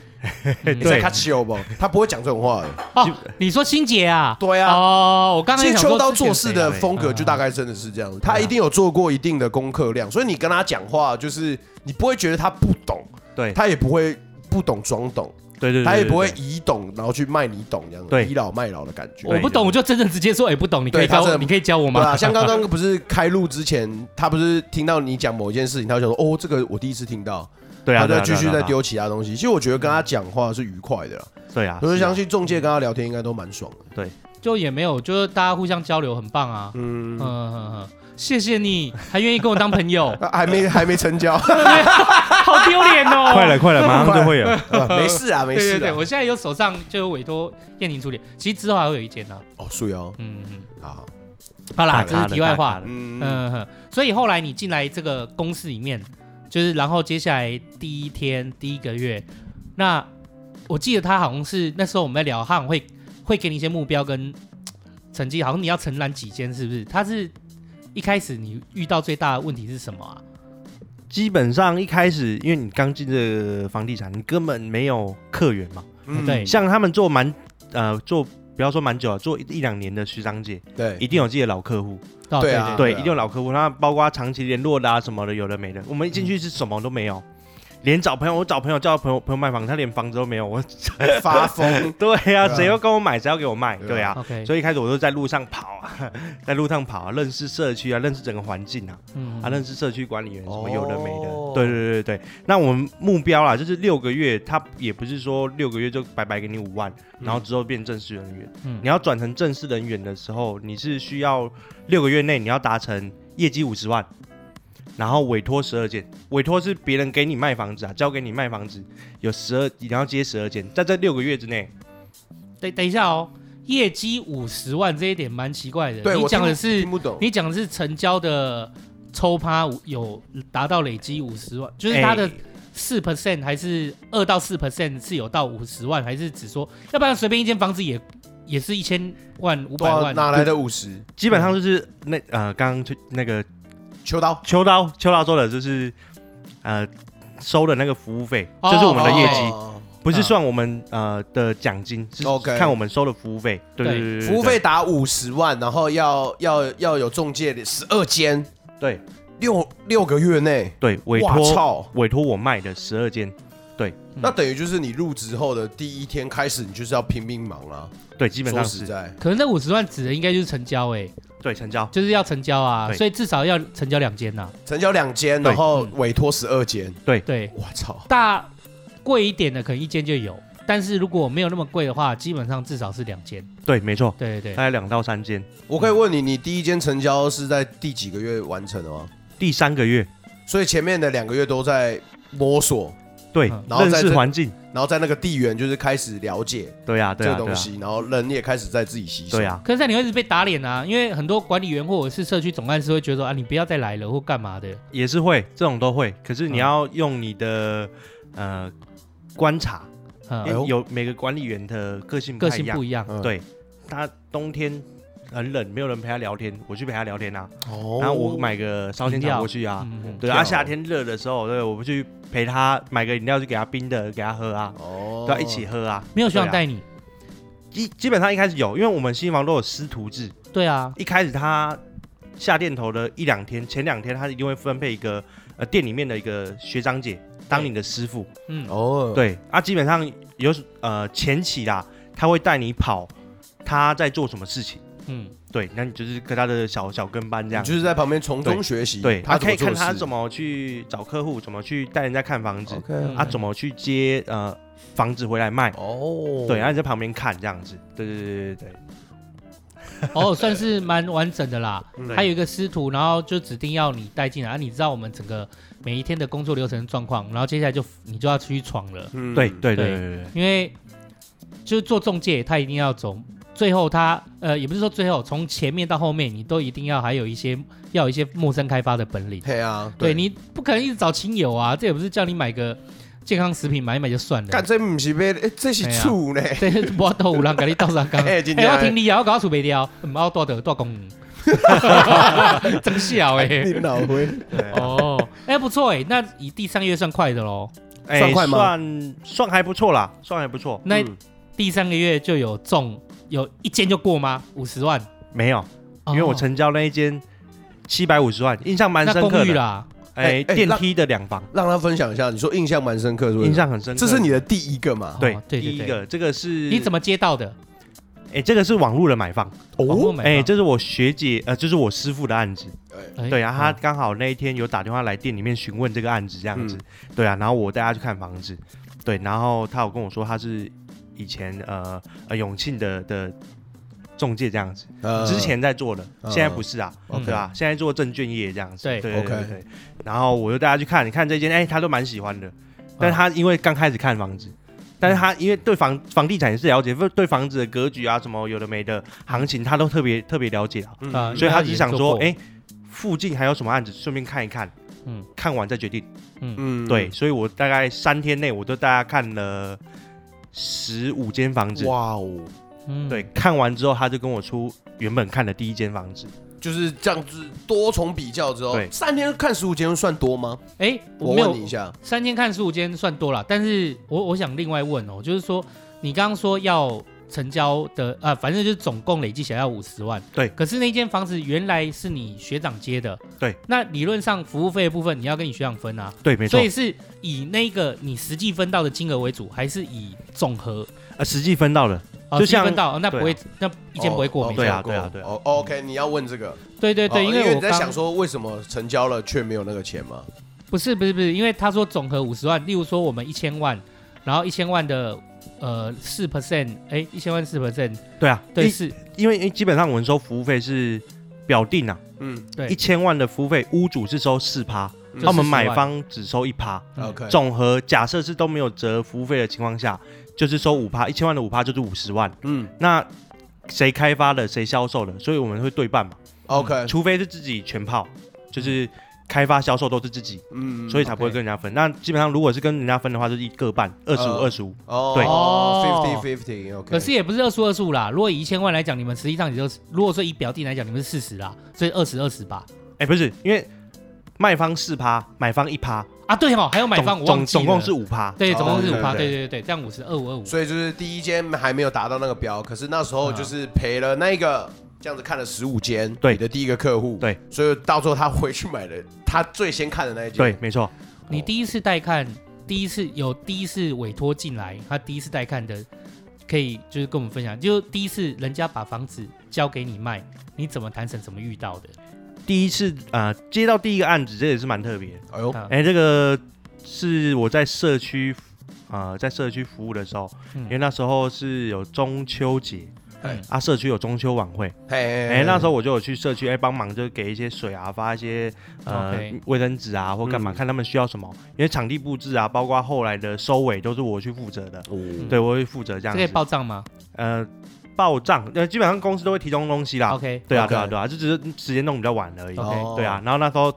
你在
对
看球不？他不会讲这种话的。
哦，你说清洁啊？
对啊
哦，我刚才
其实
想说
秋刀
之前
做事
谁啊
的风格就
嗯
大概真的是这样
啊
子，他一定有做过一定的功课量，所以你跟他讲话，就是你不会觉得他不懂，
对
他也不会不懂装懂，
对对对，
他也不会
对对
以懂然后去卖你懂这样子，
对
倚老卖老的感觉。
我不懂，我就真的直接说，哎、不懂，你可
对
以
他
教
真的
我，你可以教我
对
吗？
啊，像刚刚不是开录之前，他不是听到你讲某一件事情，他就想说：“哦，这个我第一次听到。”
对啊，
他
对
再
啊
继续
对啊
再
对啊
丢其他东西。其实我觉得跟他讲话是愉快的啦，
对啊，
我就是
啊
相信中介跟他聊天应该都蛮爽的。
就也没有，就是大家互相交流，很棒啊。嗯嗯
嗯，，
嗯嗯，谢谢你还愿意跟我当朋友
啊还没还没成交，
好丢脸哦。
快了 快了，马上就会有。
啊没事 啊，没
对对
事
对，
啊。
我现在有手上就有委托燕婷处理，其实之后还会有一件呢、啊。
哦，素瑶，
嗯嗯，
好，
好啦，
大
这
咖
是
了
题外
大
话
咖。了
嗯
嗯哼，所以后来你进来这个公司里面，就是然后接下来第一天第一个月，那我记得他好像是那时候我们在聊，他好像会会给你一些目标跟嘖成绩，好像你要承揽几间，是不是？他是一开始你遇到最大的问题是什么啊？
基本上一开始，因为你刚进这个房地产，你根本没有客源嘛。
嗯
对
像他们做蛮呃做，不要说蛮久了，做一一两年的学长姐，一
对，
定有自己的老客户，
哦
对
对
啊
对，
啊
一定有老客户。那包括长期联络的啊什么的，有的没的。我们一进去是什么都没有，连找朋友，我找朋友叫朋友朋友卖房，他连房子都没有。我
发疯
对
对
啊，
啊
谁要跟我买，谁要给我卖？
对啊
对啊。
OK，
所以一开始我就在路上跑啊， 在路上跑啊，认识社区啊，认识整个环境啊。
嗯
啊，认识社区管理员什么有的没的，
哦
对对对对。那我们目标啦，就是六个月，他也不是说六个月就白白给你五万，然后之后变正式人员。
嗯
你要转成正式人员的时候，你是需要六个月内你要达成业绩五十万，然后委托十二件，委托是别人给你卖房子啊，交给你卖房子，有十二，你要接十二件，在这六个月之内，
等等一下哦，业绩五十万这一点蛮奇怪的，
对，
你
我
讲的
听
是
听不懂，
你讲的是成交的抽趴有达到累积五十万，就是它的
哎
四 percent 还是二到四 percent 是有到五十万，还是只说，要不然随便一间房子也也是一千万五
对
百
啊
万，
哪来的五十？
基本上就是那呃，刚刚就那个
秋刀
秋刀秋刀说的就是呃，收的那个服务费，就是我们的业绩，
哦
不是算我们呃的奖金，是
OK
看我们收的服务费。对
对
对对，对
服务费打五十万，然后要要要有中介十二间，
对
六六个月内，
对委
哇
托嗯
操！
委托我卖的十二间，
那等于就是你入职后的第一天开始，你就是要拼命忙啊。
对，基本
说
上
实
是
在，
可能那五十万指的应该就是成交哎、
对成交。
就是要成交啊，
对
所以至少要成交两间呐。
成交两间，然
对嗯
后委托十二间，
对，
我操！
大贵一点的可能一间就有，但是如果没有那么贵的话，基本上至少是两间。
对，没错，
对对
大
对，
概两到三间。
我可以问你，你第一间成交是在第几个月完成的吗？
第三个月，
所以前面的两个月都在摸索，
对
嗯，
然后
认
在
识
这
环境，
然后在那个地缘就是开始了解
对呀，对
这
呀，
个
对
东
呀，
西，然后人也开始在自己吸收。
对啊呀，
可是在你会一直被打脸啊，因为很多管理员或者是社区总干事会觉得说啊，你不要再来了或干嘛的。
也是会，这种都会。可是你
嗯
要用你的呃观察，因
嗯，
为有每个管理员的个性
个
太
性
一样
不一样。
嗯，
对他冬天很冷，没有人陪他聊天，我去陪他聊天啊。
哦
然后我买个烧仙
饮
草
料
过去啊。
嗯嗯
对啊，夏天热的时候，对，我不去陪他买个饮料去给他冰的给他喝啊，
哦
对啊，一起喝啊。
没有学长
对啊
带你。
基基本上一开始有，因为我们新房都有师徒制，
对啊，
一开始他下店头的一两天，前两天他一定会分配一个呃店里面的一个学长姐当你的师傅，
嗯，
哦，
对啊，基本上有呃前期啦，他会带你跑他在做什么事情，
嗯，
对，那你就是跟他的小小跟班这
你
样，
就是在旁边从中学习，
对，
他
他
怎
可
么
以看
做
他
事哦
怎么去找客户，怎么去带人家看房子，
OK
啊，
嗯
怎么去接呃房子回来卖，
哦，
对，啊然后你在旁边看这样子，对对对对对
哦，算是蛮完整的啦。
对，
还有一个师徒，然后就指定要你带进来，啊、你知道我们整个每一天的工作流程状况，然后接下来就你就要出去闯了，
嗯
对对对对对对，
因为就是做中介，他一定要走，最后他呃也不是说最后，从前面到后面你都一定要还有一些要有一些陌生开发的本领，
对啊，
对你不可能一直找亲友啊，这也不是叫你买个健康食品买一买就算了
干，这不是被，欸这是
啊
醋 呢，
这是我豆五郎给你倒上缸，啊
哎
哎，
真的
我听你啊，我搞厝袂掉，唔好多的多公， 真笑哎。
你脑回
哦，哎，不错哎，那以第三个月算快的喽。
哎
算快吗
算算还不错啦，算还不错，
那第三个月就有中，有一间就过吗？五十万，
没有，
哦
因为我
成
成交那一间七百五十万，印象蛮
那
深
公
刻
寓
的。
啦，
哎，
哎哎
电
那
梯的两房，
让他分享一下，你说印象蛮深刻，是不
印
是？
象很深刻。
这是你的第一个嘛？
对
哦对
第
对
一
对，
个，这个是
你怎
么？
么接到的？
哎，这个是网络的买房，
网络买
哎，
吗
这是我学姐，呃，就是我师傅的案子。
哎
对啊，他
哦
刚好那一天有打电话来店里面询问这个案子这样子，
嗯
对啊，然后我带他去看房子，对，然后他有跟我说他是以前呃呃永庆的的中介这样子，
呃
之前在做的，
嗯
现在不是啊，
嗯
对吧？现在做证券业这样子，
对
对对
OK
对对然后我就带他去看，你看这间，哎，他都蛮喜欢的，
嗯
但是他因为刚开始看房子。但是他因为对房房地产也是了解，不对房子的格局啊，什么有的没的行情，他都特别特别了解啊。
嗯
啊
所以他只是想说，
那
哎、
也
附近还有什么案子，顺便看一看，
嗯
嗯，看完再决定。
嗯
对，，所以我大概三天内，我就大家看了十五间房子。
哇哦，
嗯
对，，看完之后他就跟我出原本看的第一间房子，
就是这样子多重比较之后，
对
三天看十五节目算多吗？
哎，
我
没
问
有
你一下，
三天看十五间算多了，但是我我想另外问哦，就是说你刚刚说要成交的啊，反正就是总共累计起来要五十万，
对
可是那间房子原来是你学长接的，
对。
那理论上服务费的部分你要跟你学长分啊，
对，没错
所，以是以那个你实际分到的金额为主，还是以总和？
呃，实际分到了，
哦
就
实际分
像
到、哦那不会，那一间不会过
哦
没
哦
错
对啊
过
对啊对啊
哦，OK，你要问这个，
对对对，
哦因
为
你
我
在
刚
想说为什么成交了却没有那个钱嘛？
不是不是不是，因为他说总和五十万，例如说我们一千万，然后一千万的呃四 percent，哎，一千万四 percent，
对啊，
对
因
是，
因为因为基本上我们收服务费是表定啊，
嗯
对
一千万的服务费，屋主是收四趴，
嗯
那我们
40
买
万
方只收一趴，
嗯
，OK，
总和假设是都没有折服务费的情况下，就是收五趴，一千万的五趴就是五十万。
嗯
那谁开发的，谁销售的，所以我们会对半嘛，
呃
，OK，嗯
除非是自己全泡，就是开发、销售都是自己，
嗯，
所以才不会
OK
跟人家分。那基本上如果是跟人家分的话，就是一各半，二十五、
呃
二十五。对
哦，fifty fifty，OK，
可是也不是二十二十五啦，如果以一千万来讲，你们实际上也就是，如果说以表弟来讲，你们是四十啦，所以二十二十吧。
哎，不是，因为卖方四趴，买方一趴，
啊，对哦，还有买方，
总
我忘
总
记了
总共是五趴，
对，总共是
哦
五趴，
对
对对对，这样五十二五二五，
所以就是第一间还没有达到那个标，可是那时候就是赔了那个。这样子看了十五间，
嗯对
你的第一个客户，
对，
所以到最后他回去买了他最先看的那一间，
对，，没错，
你第一次带看，第一次有第一次委托进来，他第一次带看的，可以就是跟我们分享，就第一次人家把房子交给你卖，你怎么谈成，怎么遇到的？
第一次啊、呃接到第一个案子，这也是蛮特别的。
哎呦，
啊
哎、这个是我在社区啊、呃在社区服务的时候，
嗯
因为那时候是有中秋节
哎
啊，社区有中秋晚会，
嘿
哎、
哎
那时候我就有去社区哎帮忙，就给一些水啊，发一些呃
OK
卫生纸啊或干嘛、
嗯
看他们需要什么。因为场地布置啊，包括后来的收尾都是我去负责的，
候，
对我会负责这
哦这
样
可以
子。
报账吗
呃，报账，呃，基本上公司都会提供东西啦。
哦？OK，
对啊，
OK
对啊，对啊，就只是时间弄比较晚而已。
OK
哦
对啊，，然后那时候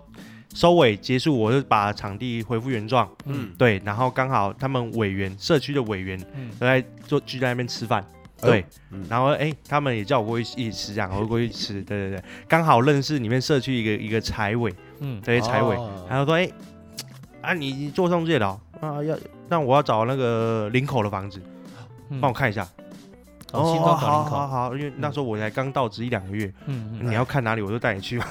收尾结束，我就把场地恢复原状。
嗯，
对，然后刚好他们委员社区的委员
嗯
都在坐聚在那边吃饭。
哎呦
对，
嗯
然后哎、他们也叫我过去一起吃，这样我就过去吃。对对对，刚好认识里面社区一个一个财委，
嗯，
对财委，
哦
然后说哎、啊你你做中介的哦、啊要，那我要找那个林口的房子，
嗯
帮我看一下。
哦，新庄搞
好
林
好
口，
好，因为那时候我才刚到职一两个月，
嗯嗯，
你要看哪里我就带你去嘛。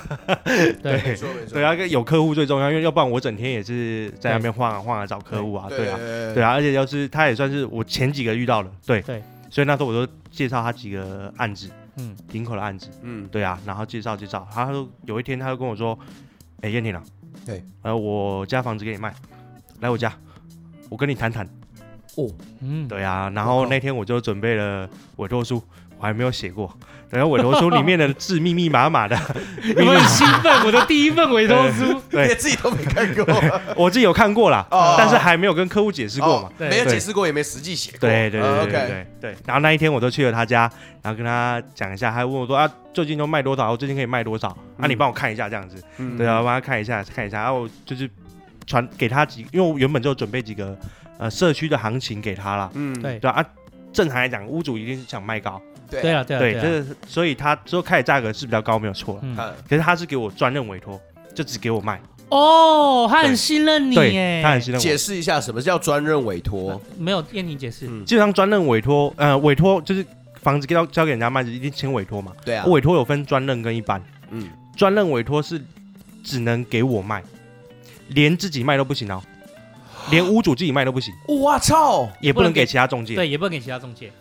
对，
没错没错，
对啊，跟有客户最重要，因为要不然我整天也是在那边晃啊晃啊找客户啊，对啊，
对
对啊，而且要是他也算是我前几个遇到的，对
对，
所以那时候我就介绍他几个案子，
嗯
林口的案子，
嗯，
对啊，然后介绍介绍，他说有一天他就跟我说，哎，燕婷啊，
对，
呃，我家房子给你卖，来我家，我跟你谈谈，
嗯，
对啊，然后那天我就准备了委托书，我还没有写过，然后委托书里面的字密密麻麻的，
有没有兴奋？我的第一份委托书，
对
连自己都没看 过，
我自己有看过啦，
哦
但是还没有跟客户解释过嘛
哦。
对
没有
对
解释过，也没实际写过，哦
对对
呃
对对对
OK
对对。然后那一天我都去了他家，然后跟他讲一下，他还问我说啊，最近都卖多少？我最近可以卖多少？啊，
嗯
你帮我看一下这样子。
嗯
对啊，帮他看一下看一下。然后我就是传给他几，因为我原本就准备几个呃社区的行情给他啦。
嗯
对
对啊，啊正常来讲，屋主一定想卖高，
对
对啊对啊
对，
啊，
这是所以他最后开的价格是比较高，没有错啦。
嗯
看
可是他是给我专任委托，就只给我卖，
哦，他很信任你
对
耶，
他很信任我。
解释一下什么叫专任委托，
没有燕婷解释，
嗯
基本上专任委托，呃，委托就是房子交交给人家卖，一定签委托嘛。
对啊，
委托有分专任跟一般，
嗯，
专任委托是只能给我卖，连自己卖都不行哦，连屋主自己卖都不行，
我操，
也
不
不
能
能
给
给其他中介。
对，也不能给其他中介，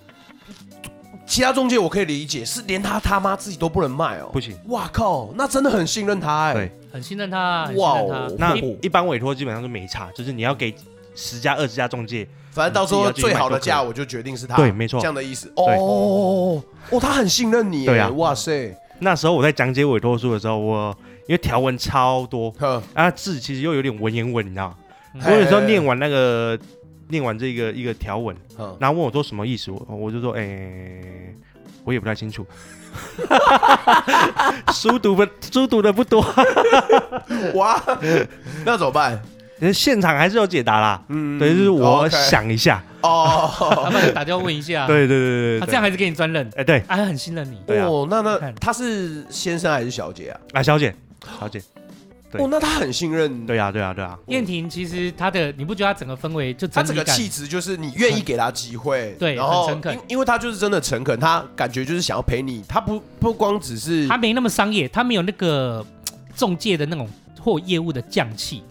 其他中介我可以理解，是连他他妈自己都不能卖哦，
不行，
哇靠，那真的很信任他哎
对，
很信任他，很信
哇
任
哦
他，，
那
哦
一般委托基本上是没差，就是你要给十家、二十家中介，
反正到时候最好的价
自己要去卖都可
我就决定是他，
对没错
这样的意思，哦，哦，他很信任你，
对啊
哇塞，
那时候我在讲解委托书的时候，我因为条文超多，
呵，
啊字其实又有点文言文，你知道吗？
嗯
我有时候念完那个，念完这个一个条文，
嗯，
然后问我说什么意思，我我就说，哎、我也不太清楚。 书读不书读的不多，
哇， 那怎么办？
可是现场还是有解答啦。
嗯
对，就是我
OK
想一下。
老
哦，
板打电话问一下，
对对对对对
啊
他
对
这样还是给你专任，
哎对
他很信任你，
对啊
哦，那那
看
他是先生还是小姐啊？
啊，小姐，小姐，对
哦，那他很信任，
对啊对啊对啊，
燕婷其实她的，你不觉得她整个氛围就
他
整
整
体
个
感
气质就是你愿意给他机会，
对
然后
很诚恳
因因为他就是真的诚恳，他感觉就是想要陪你，他不不光只是
他没那么商业，他没有那个嘖中介的那种或业务的匠气，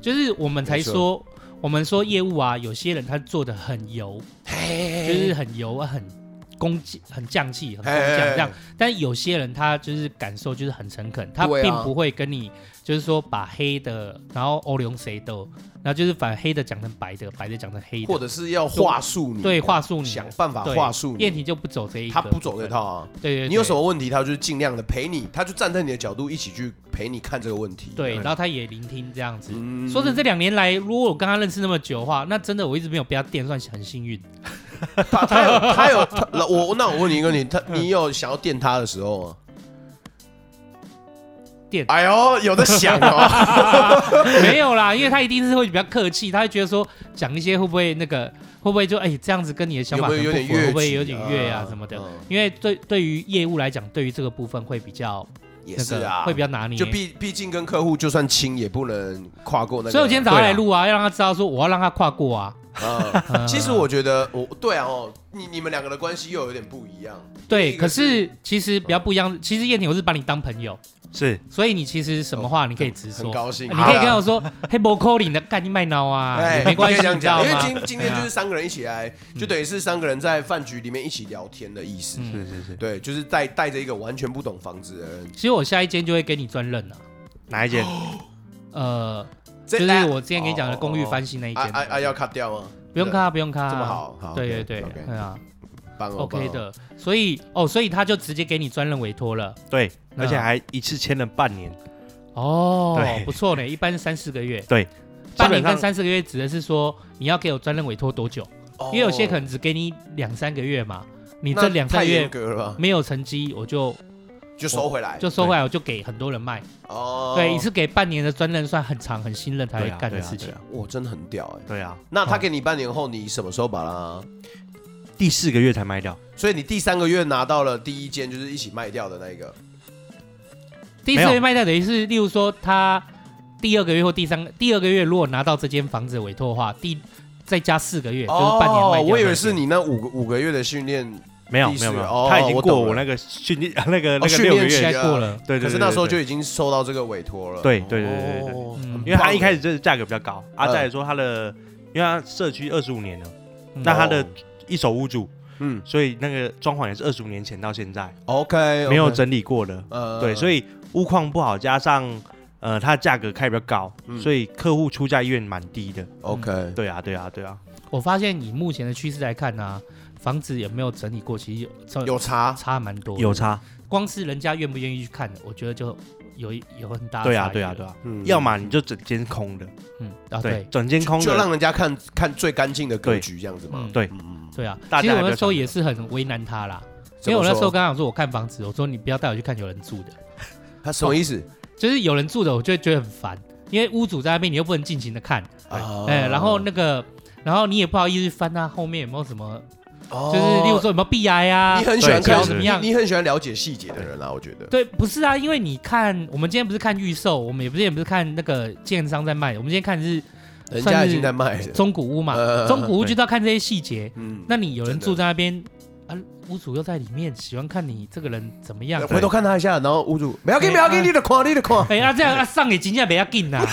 就是我们才
没错
说，我们说业务啊，有些人他做的很油，
哎
就是很油啊，很工匠，很匠气，很工
哎
匠这样。但有些人他就是感受就是很诚恳，他
对啊
并不会跟你就是说把黑的，然后欧龙谁斗，然后就是把黑的讲成白的，白的讲成黑
或
的，
者是要话术你，
对，话术你
想办法
对
话术
燕
你，
婷就不走这一个，
他不走这，套啊。
对对对，
你有什么问题，他就是尽量的陪你，他就站在你的角度一起去陪你看这个问题。
对，
嗯
然后他也聆听这样子。
嗯
说真的，这两年来，如果我跟他认识那么久的话，那真的我一直没有被他电，算是很幸 运。
他他有他有他那我那我问你一个 你他你有想要电他的时候吗？
电
哎呦，有的想哦，
没有啦，因为他一定是会比较客气，他会觉得说讲一些会不会那个，会不会就哎、这样子跟你的想
有
法
没
很
有有
不
点
符，会
越
不会有点越啊什么的？
嗯
因为对对于业务来讲，对于这个部分会比较
也
那
是
个
啊，
会比较拿捏。
就毕毕竟跟客户就算亲也不能跨过那个。
所以我今天早上来录啊，要让他知道说我要让他跨过啊。
啊，其实我觉得我对啊哦，你你们两个的关系又有点不一样。
对，
一个
可是其实比较不一样，其实叶婷我是把你当朋友，
是
所以你其实什么话你可以直
哦很
说，
高兴，
你可以跟我说黑博 calling 的，干你卖脑啊，
哎，
也没关系，
你可
你
以这样
知道
讲，因为
吗？
今今天就是三个人一起来，就等于是三个人在饭局里面一起聊天的意思。
是是是，
对，就是带带着一个完全不懂房子的人，
其实我下一间就会给你专任了，
哪一间？
哦
呃，
这
就是
哎
我之前跟你讲的公寓翻新那一
啊
间，
啊啊要 cut 掉吗？
不用看啊，不用看啊，
这么，好，好，
对对对，对
OK，
啊
棒哦
，OK，的，所以哦，所以他就直接给你专任委托了，
对，而且
嗯
还一次签了半年，
哦
对，
不错呢，一般是三四个月，
对，
半年
基本
跟
上
三四个月指的是说你要给我专任委托多久？
棒
因为有些可能只给你两三个月嘛，你这两三
太
个
严
月
格了吧，
没有成绩，我就
就收回来，
就收回来，我就给很多人卖。
哦，
对，一次给半年的专任算很长、很信任才会
对啊
干的
对啊
事
对
情
啊。
哇，真的很屌哎。
对啊，
那他给你半年后，你什么时候把它？
第四个月才卖掉，
所以你第三个月拿到了第一间，就是一起卖掉的那一个。
第一次被卖掉等于是，例如说他第二个月或第三个第二个月如果拿到这间房子的委托的话，第再加四个月
哦
就是半年卖掉。
哦我以为是。你那五个五个月的训练，
没有
第
没
四
有没
哦
有，他已经
我
过
懂了哦
我那个训练 那个那个
训
六个
练期
月
现，在过了，
对对对，
可是那时候
对
就已经收到这个委托了。
对对对对对对
哦
嗯
很棒
因为他一开始这个价格比较高，啊，
嗯
再来说他的，因为他社区二十五年了，
嗯
那他
哦
的一手屋主，
嗯
所以那个装潢也是二十五年前到现在
OK
没有整理过的，
呃
对，所以屋况不好，加上呃它的价格开比较高，
嗯
所以客户出价意愿蛮低的。
OK
对啊，对啊，对啊，
我发现以目前的趋势来看呢、啊房子有没有整理过，其实有
嗯有差
差蛮多的。
有差，
光是人家愿不愿意去看的，我觉得就有一有很大的
对啊，
差异
对啊，
了
对啊，
嗯
要么你就整间空的，
嗯啊
对
对，
整间空
就
的，
让人家看看最干净的格局这样子嘛
嗯。
对
嗯，
对啊
大，
其实
家还
我
比
那
较
时候
常
也是很为难他啦，
怎
因为
么
我那时候
说
跟他讲说，我看房子，我说你不要带我去看有人住的，
他什么意思
就是有人住的，我就会觉得很烦，因为屋主在那边，你又不能尽情的看，
啊
哎，然后那个，然后你也不好意思翻他后面有没有什么，
哦
就是例如说有没有壁癌啊
你，很喜欢
对
看
对
怎么
你
样
你很喜欢了解细节的人啊，我觉得。
对，不是啊，因为你看，我们今天不是看预售，我们也不是也不是看那个建商在卖，我们今天看的是
人
算
家
是
已经在卖了。
中古屋嘛
呃，
中古屋
对
就是要看这些细节，
嗯，
那你有人
真的
住在那边啊，屋主又在里面，喜欢看你这个人怎么样？
回头看他一下，然后屋主不要给，
哎
不要给，
啊
你的框，你的框，
哎呀、啊，这样啊，上给金价比较近呐。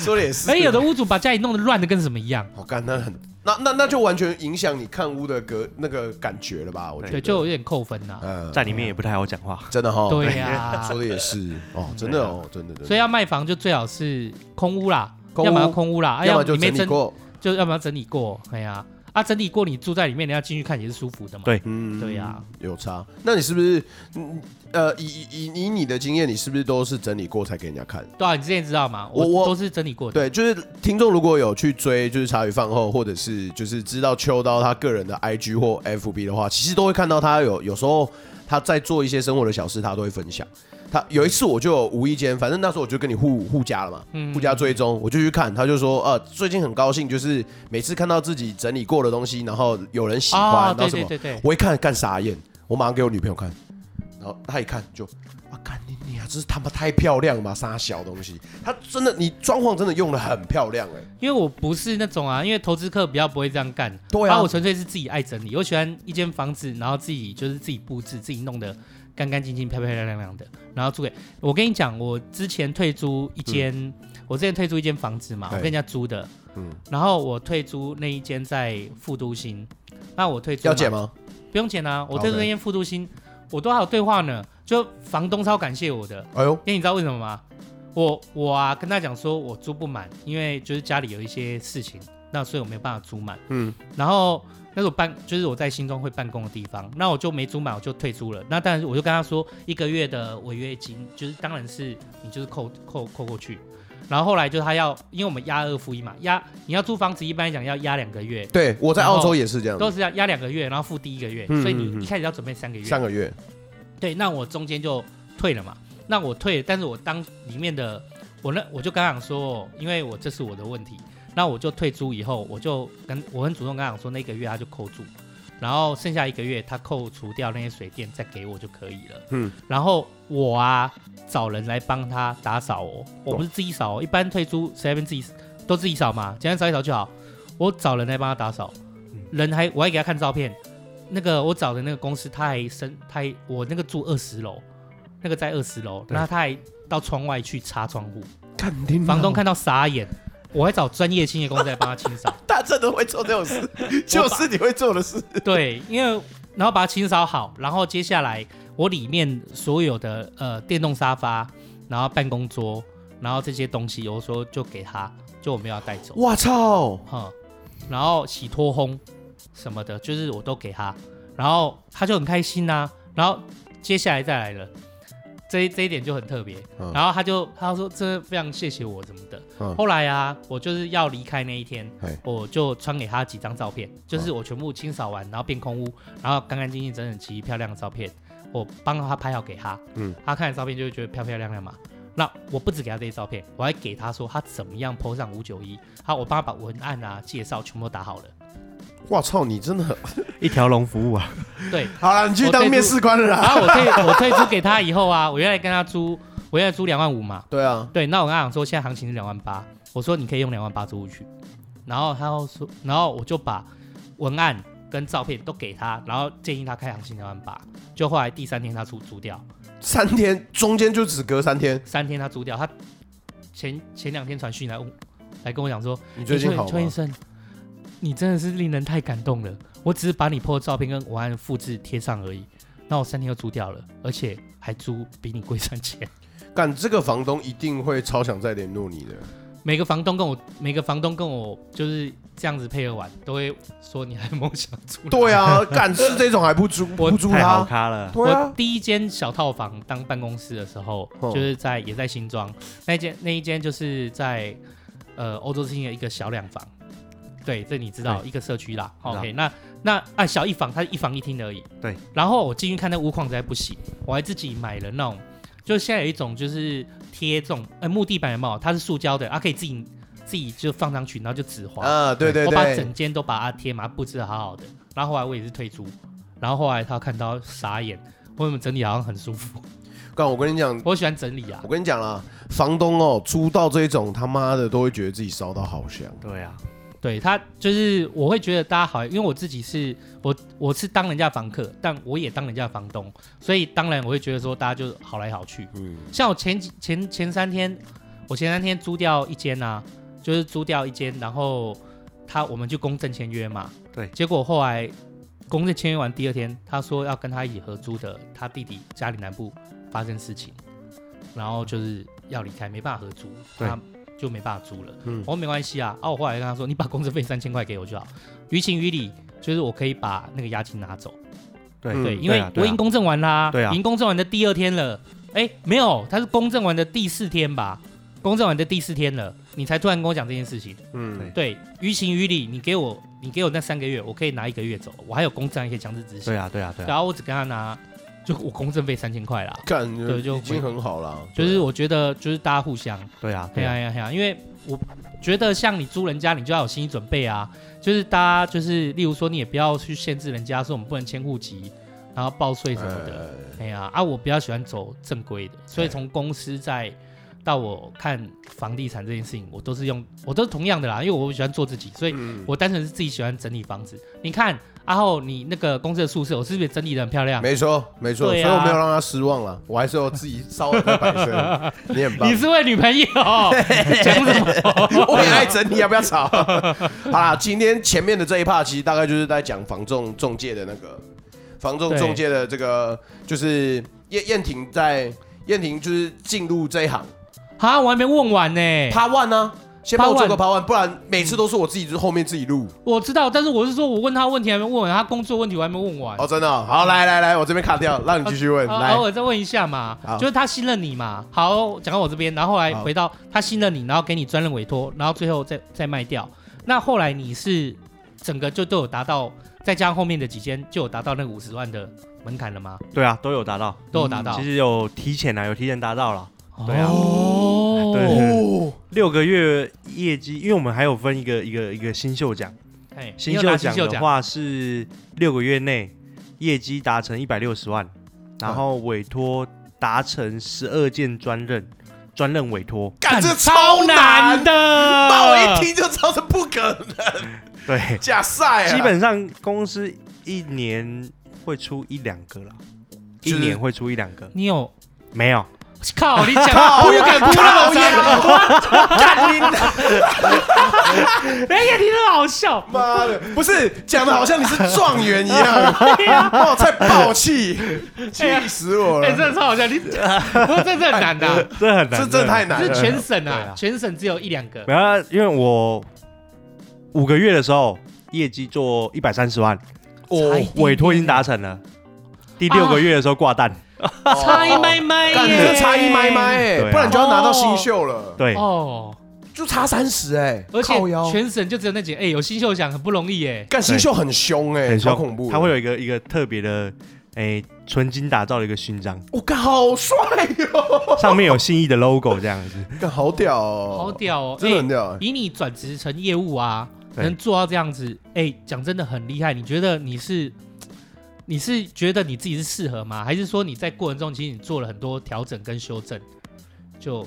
说的 也是。
哎，有的屋主把家里弄得乱的跟什么一样，
我干，那很，那那那就完全影响你看屋的格那个感觉了吧？我觉得
对，就有点扣分呐、
嗯，
在里面也不太好 讲话。
真的哈，
对呀、
说的也是哦，真的哦，真的真的。
所以要卖房就最好是空屋啦，
空屋
要么要空屋啦，啊
要么
么
就
你没
整理
整，
过，
就要么要整理过。哎呀、啊，整理过你住在里面，人家进去看也是舒服的嘛。
对
嗯
对呀
有差。那你是不是，嗯呃，以以以以你的经验，你是不是都是整理过才给人家看？
对啊，你之前知道吗？
我
我
我
都是整理过的。
对，就是听众如果有去追，就是茶余饭后，或者是就是知道秋刀他个人的 IG 或 FB 的话，其实都会看到他有有时候他在做一些生活的小事，他都会分享。他有一次我就有无意间，反正那时候我就跟你互互加了嘛，
嗯
互加追踪，我就去看，他就说呃最近很高兴，就是每次看到自己整理过的东西，然后有人喜欢，
啊，
然后
对
什
对
么，
对对，
我一看干傻眼，我马上给我女朋友看，然后她一看就啊，干你你啊，这是他妈太漂亮了吧，啥小东西，她真的你装潢真的用的很漂亮哎、
因为我不是那种啊，因为投资客比较不会这样干。
对啊
我纯粹是自己爱整理，我喜欢一间房子，然后自己就是自己布置，自己弄得干干净净、漂漂亮亮的，然后租给。我跟你讲，我之前退租一间，我之前退租一间房子嘛，我
嗯对
跟人家租的，
嗯，
然后我退租那一间在富都新，那我退租
要解
嘛？
吗？
不用钱啊，我退租
OK
那间富都新，我都还有对话呢，就房东超感谢我的，
哎呦，
因为你知道为什么吗？我我啊跟他讲说，我租不满，因为就是家里有一些事情，那所以我没有办法租满。
嗯，
然后那是我办，就是我在新庄会办公的地方，那我就没租满，我就退租了。那当然我就跟他说，一个月的违约金就是当然是你就是扣扣扣过去。然后后来就他要，因为我们押二付一嘛，押你要租房子一般来讲要押两个月，
对我在澳洲也是这样
都
子，
是要押两个月，然后付第一个月，
嗯
所以
嗯嗯
你一开始要准备三个月。
上个月
对，那我中间就退了嘛。那我退了，但是我当里面的我那我就刚讲说，因为我这是我的问题，那我就退租以后，我就跟我很主动跟他讲说，那一个月他就扣住。然后剩下一个月他扣除掉那些水电再给我就可以了。
嗯
嗯，然后我啊找人来帮他打扫哦，我不是自己扫、哦，一般退租谁那边自己都自己扫嘛，简单扫一扫就好。我找人来帮他打扫，人还我还给他看照片，那个我找的那个公司他还升，他还我那个住二十楼，那个在二十楼，那他还到窗外去擦窗户，
看天哪
房东看到傻眼，我还找专业清洁公司来帮他清扫。
大家都会做这种事， 就是你会做的事。
对，因为然后把它清扫好，然后接下来我里面所有的呃电动沙发，然后办公桌，然后这些东西，我说就给他，就我们要带走，
我操！
哼，然后洗脱烘什么的，就是我都给他，然后他就很开心呐、啊然后接下来再来了。这一这一点就很特别，
嗯
然后他就他说真的非常谢谢我什么的。
嗯
后来啊，我就是要离开那一天，
哎，
我就传给他几张照
嗯
片，就是我全部清扫完，然后变空屋，然后干干净净、整整齐齐、漂亮的照片，我帮他拍好给他。
嗯
嗯，他看了照片就会觉得漂漂亮亮嘛。那我不止给他这些照片，我还给他说他怎么样 PO 上五九一，好，我帮他把文案啊、介绍全部都打好了。
我操！你真的很
一条龙服务啊，
对，
好了，你去当面试官了
然
啦。
后我退我退租给他以后啊，我原来跟他租，我原来租两万五嘛，
对啊，
对，那我跟他讲说现在行情是两万八，我说你可以用两万八租出去，然后他又说，然后我就把文案跟照片都给他，然后建议他开行情两万八，就后来第三天他租租掉，
三天中间就只隔三天，
三天他租掉，他前前两天传讯来问来跟我讲说，
你最近好
邱
吗
医？生，你真的是令人太感动了，我只是把你 PO 的照片跟文案复制贴上而已，那我三天就租掉了，而且还租比你贵三千。
干，这个房东一定会超想再联络你的。
每个房东跟我，每个房东跟我就是这样子配合完，都会说你还有梦想出来。
对啊，干是这种还不租
我
不租
太
他？
好咖了。
对
我
啊，
第一间小套房当办公室的时候，
哦
就是在也在新庄那间那一间就是在呃欧洲之星的一个小两房，对，这你知道一个社区啦。
知道
OK，那那啊小一房，它是一房一厅而已。
对。
然后我进去看那屋况实在不行，我还自己买了那种，就现在有一种就是贴这种呃木地板有没有？它是塑胶的，啊它、可以自己自己就放上去，然后就纸滑。
啊，对对
我把
对
整，间都把它贴满，布置得好好的。然后后来我也是退租，然后后来他看到傻眼，我们整理好像很舒服，
干，我跟你讲，
我喜欢整理啊
我。跟你讲啦，房东哦，租到这种他妈的都会觉得自己烧到好香。
对啊，
对他就是我会觉得大家好，因为我自己是我我是当人家房客，但我也当人家房东，所以当然我会觉得说大家就好来好去。
嗯，
像我前几前前三天，我前三天租掉一间啊，就是租掉一间，然后他我们就公证签约嘛。
对
结果后来公证签约完第二天，他说要跟他一起合租的他弟弟家里南部发生事情，然后就是要离开，没办法合租，
对
他就没办法租了。
嗯
我说没关系啊，啊，我后来跟他说，你把公证费三千块给我就好，于情于理，就是我可以把那个押金拿走。
对
嗯
对，因为
啊
我
对
已
啊
经公证完啦，
对啊
已经公证完的第二天了，哎，没有，他是公证完的第四天吧？公证完的第四天了，你才突然跟我讲这件事情。
嗯，
对，于情于理，你给我，你给我那三个月，我可以拿一个月走，我还有公证，还可以强制执行。
对啊，对啊，对啊，啊
然后我只跟他拿，就我公证费三千块啦。
干
对就
已经很好啊啦。
就是我觉得，就是大家互相，
对啊，
嘿
对
呀
啊，
嘿呀嘿呀，因为我觉得像你租人家，你就要有心理准备啊。就是大家就是，例如说，你也不要去限制人家说我们不能迁户籍，然后报税什么的。
呃
哎呀啊，我比较喜欢走正规的，所以
对
从公司在到我看房地产这件事情，我都是用我都是同样的啦，因为我喜欢做自己，所以
嗯，
我单纯是自己喜欢整理房子。你看阿后，你那个公司的宿舍，我是不是也整理的很漂亮？
没错没错，所
对
以
啊
我没有让他失望了，我还是有自己稍微在摆 设。你很棒
你，是为女朋友 讲什么？
我也爱整理，要不要吵？ 好啦，今天前面的这一 part 其实大概就是在讲房仲中介的那个房仲
对
中介的这个，就是燕燕婷在燕婷就是进入这一行
啊，我还没问完呢。
趴万呢。先帮我
哎 Part
做
one
个趴万，不然每次都是我自己，就是后面自己录。
我知道，但是我是说我问他问题还没问完，他工作问题我还没问完。
哦，真的哦、好，来来来，我这边卡掉，让你继续问。
啊
来
偶，尔再问一下嘛
好，
就是他信任你嘛。好，讲到我这边，然后后来
好
回到他信任你，然后给你专任委托，然后最后再再卖掉。那后来你是整个就都有达到，再加上后面的几间就有达到那个五十万的门槛了吗？
对啊，都有达到，
都有达到
嗯其。实有提前啊，有提前达到了。对啊
哦
对
哦，
六个月业绩，因为我们还有分一个一个一个新秀奖，
嘿，你
新
有拿
秀
新
奖
秀
的，话是六个月内业绩达成一百六十万，然后委托达成十二件专任，专任委托。
干
干
这
超
难
难，的，
那我一听就知道是不可能，
对，
假赛啊，
基本上公司一年会出一两个啦，一
就是
年会出一两个，
你有
没有。
靠，你讲到
靠
哭就敢哭那么
靠
脏，
干你娘
哎呀，你真好笑。
妈的，不是讲的好像你是状元 一样，哇，太爆气，气死我
哎、
了，
真的超好笑，你不过这这很难的、啊，
这很难，
这真的太难
这
了，
全省
对
啊
啊，
全省只有一两个，
没有啊，因为我五个月的时候业绩做一百三十万，
才
哦
一，
委托已经达成了。第六个月的时候挂
啊
单，
差一麦麦
哦干你
耶，
这差一麦麦欸
对，啊
不然你就要拿到新秀了，
对，
哦，
就差三十哎，
而且
靠腰，
全省就只有那几个，哎、有新秀奖很不容易耶，
干新秀很凶哎，
很
超
凶
恐怖的，
它会有一个一个特别的，诶，纯金打造的一个勋章，
我干好帅哟，
上面有信义的 logo 这样子。
干好屌哦，
好，屌哦，
真的
哎
很屌欸，
以你转职成业务啊，
对
能做到这样子，哎、讲真的很厉害。你觉得你是你是觉得你自己是适合吗？还是说你在过程中其实你做了很多调整跟修正？就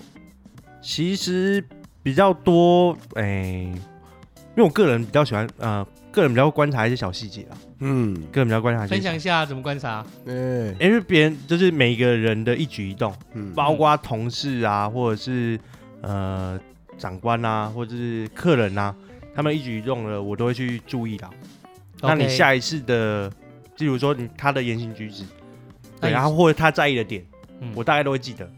其实比较多，诶，因为我个人比较喜欢，呃，个人比较观察一些小细节啊，
嗯，
个人比较观察一些
分享一下怎么观察？
哎，
因为别人就是每一个人的一举一动，
嗯
包括同事啊，或者是呃长官啊，或者是客人啊，他们一举一动的，我都会去注意到。那你
OK，
下一次的，例如说你他的言行举止，
那
对，
你
然后或者他在意的点，
嗯
我大概都会记得。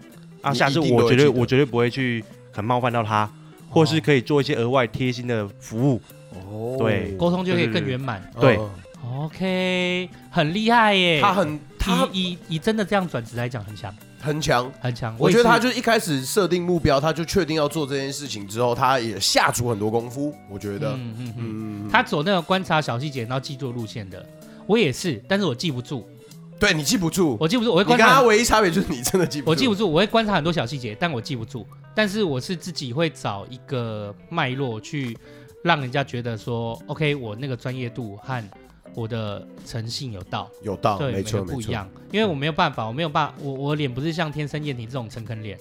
啊，
你
下
一
次
定都
我
会
绝
记
对
得
我绝对不会去很冒犯到他，或是
哦
可以做一些额外贴心的服务。
哦
对
沟通就可以更圆满。
对
哦
OK，很厉害耶！
他很他
以以以真的这样转职来讲，很强
很强。
很强。
我
也
觉得
是
他就是一开始设定目标，他就确定要做这件事情之后，他也下足很多功夫。我觉得，
嗯嗯嗯，
嗯，
他走那种观察小细节，然后记住路线的。我也是，但是我记不住，
对你记不住，
我记不住，我会
嗯你
观
跟
察
他唯一差别就是你真的记不住。
我记不住，我会观察很多小细节，但我记不住。但是我是自己会找一个脉络去让人家觉得说，OK，我那个专业度和我的诚信有到，
有道，
对，
哦没
每
错
个
没
不一
错。
样。因为我没有办法，我没有办法，我我脸不是像天生燕婷这种诚恳脸，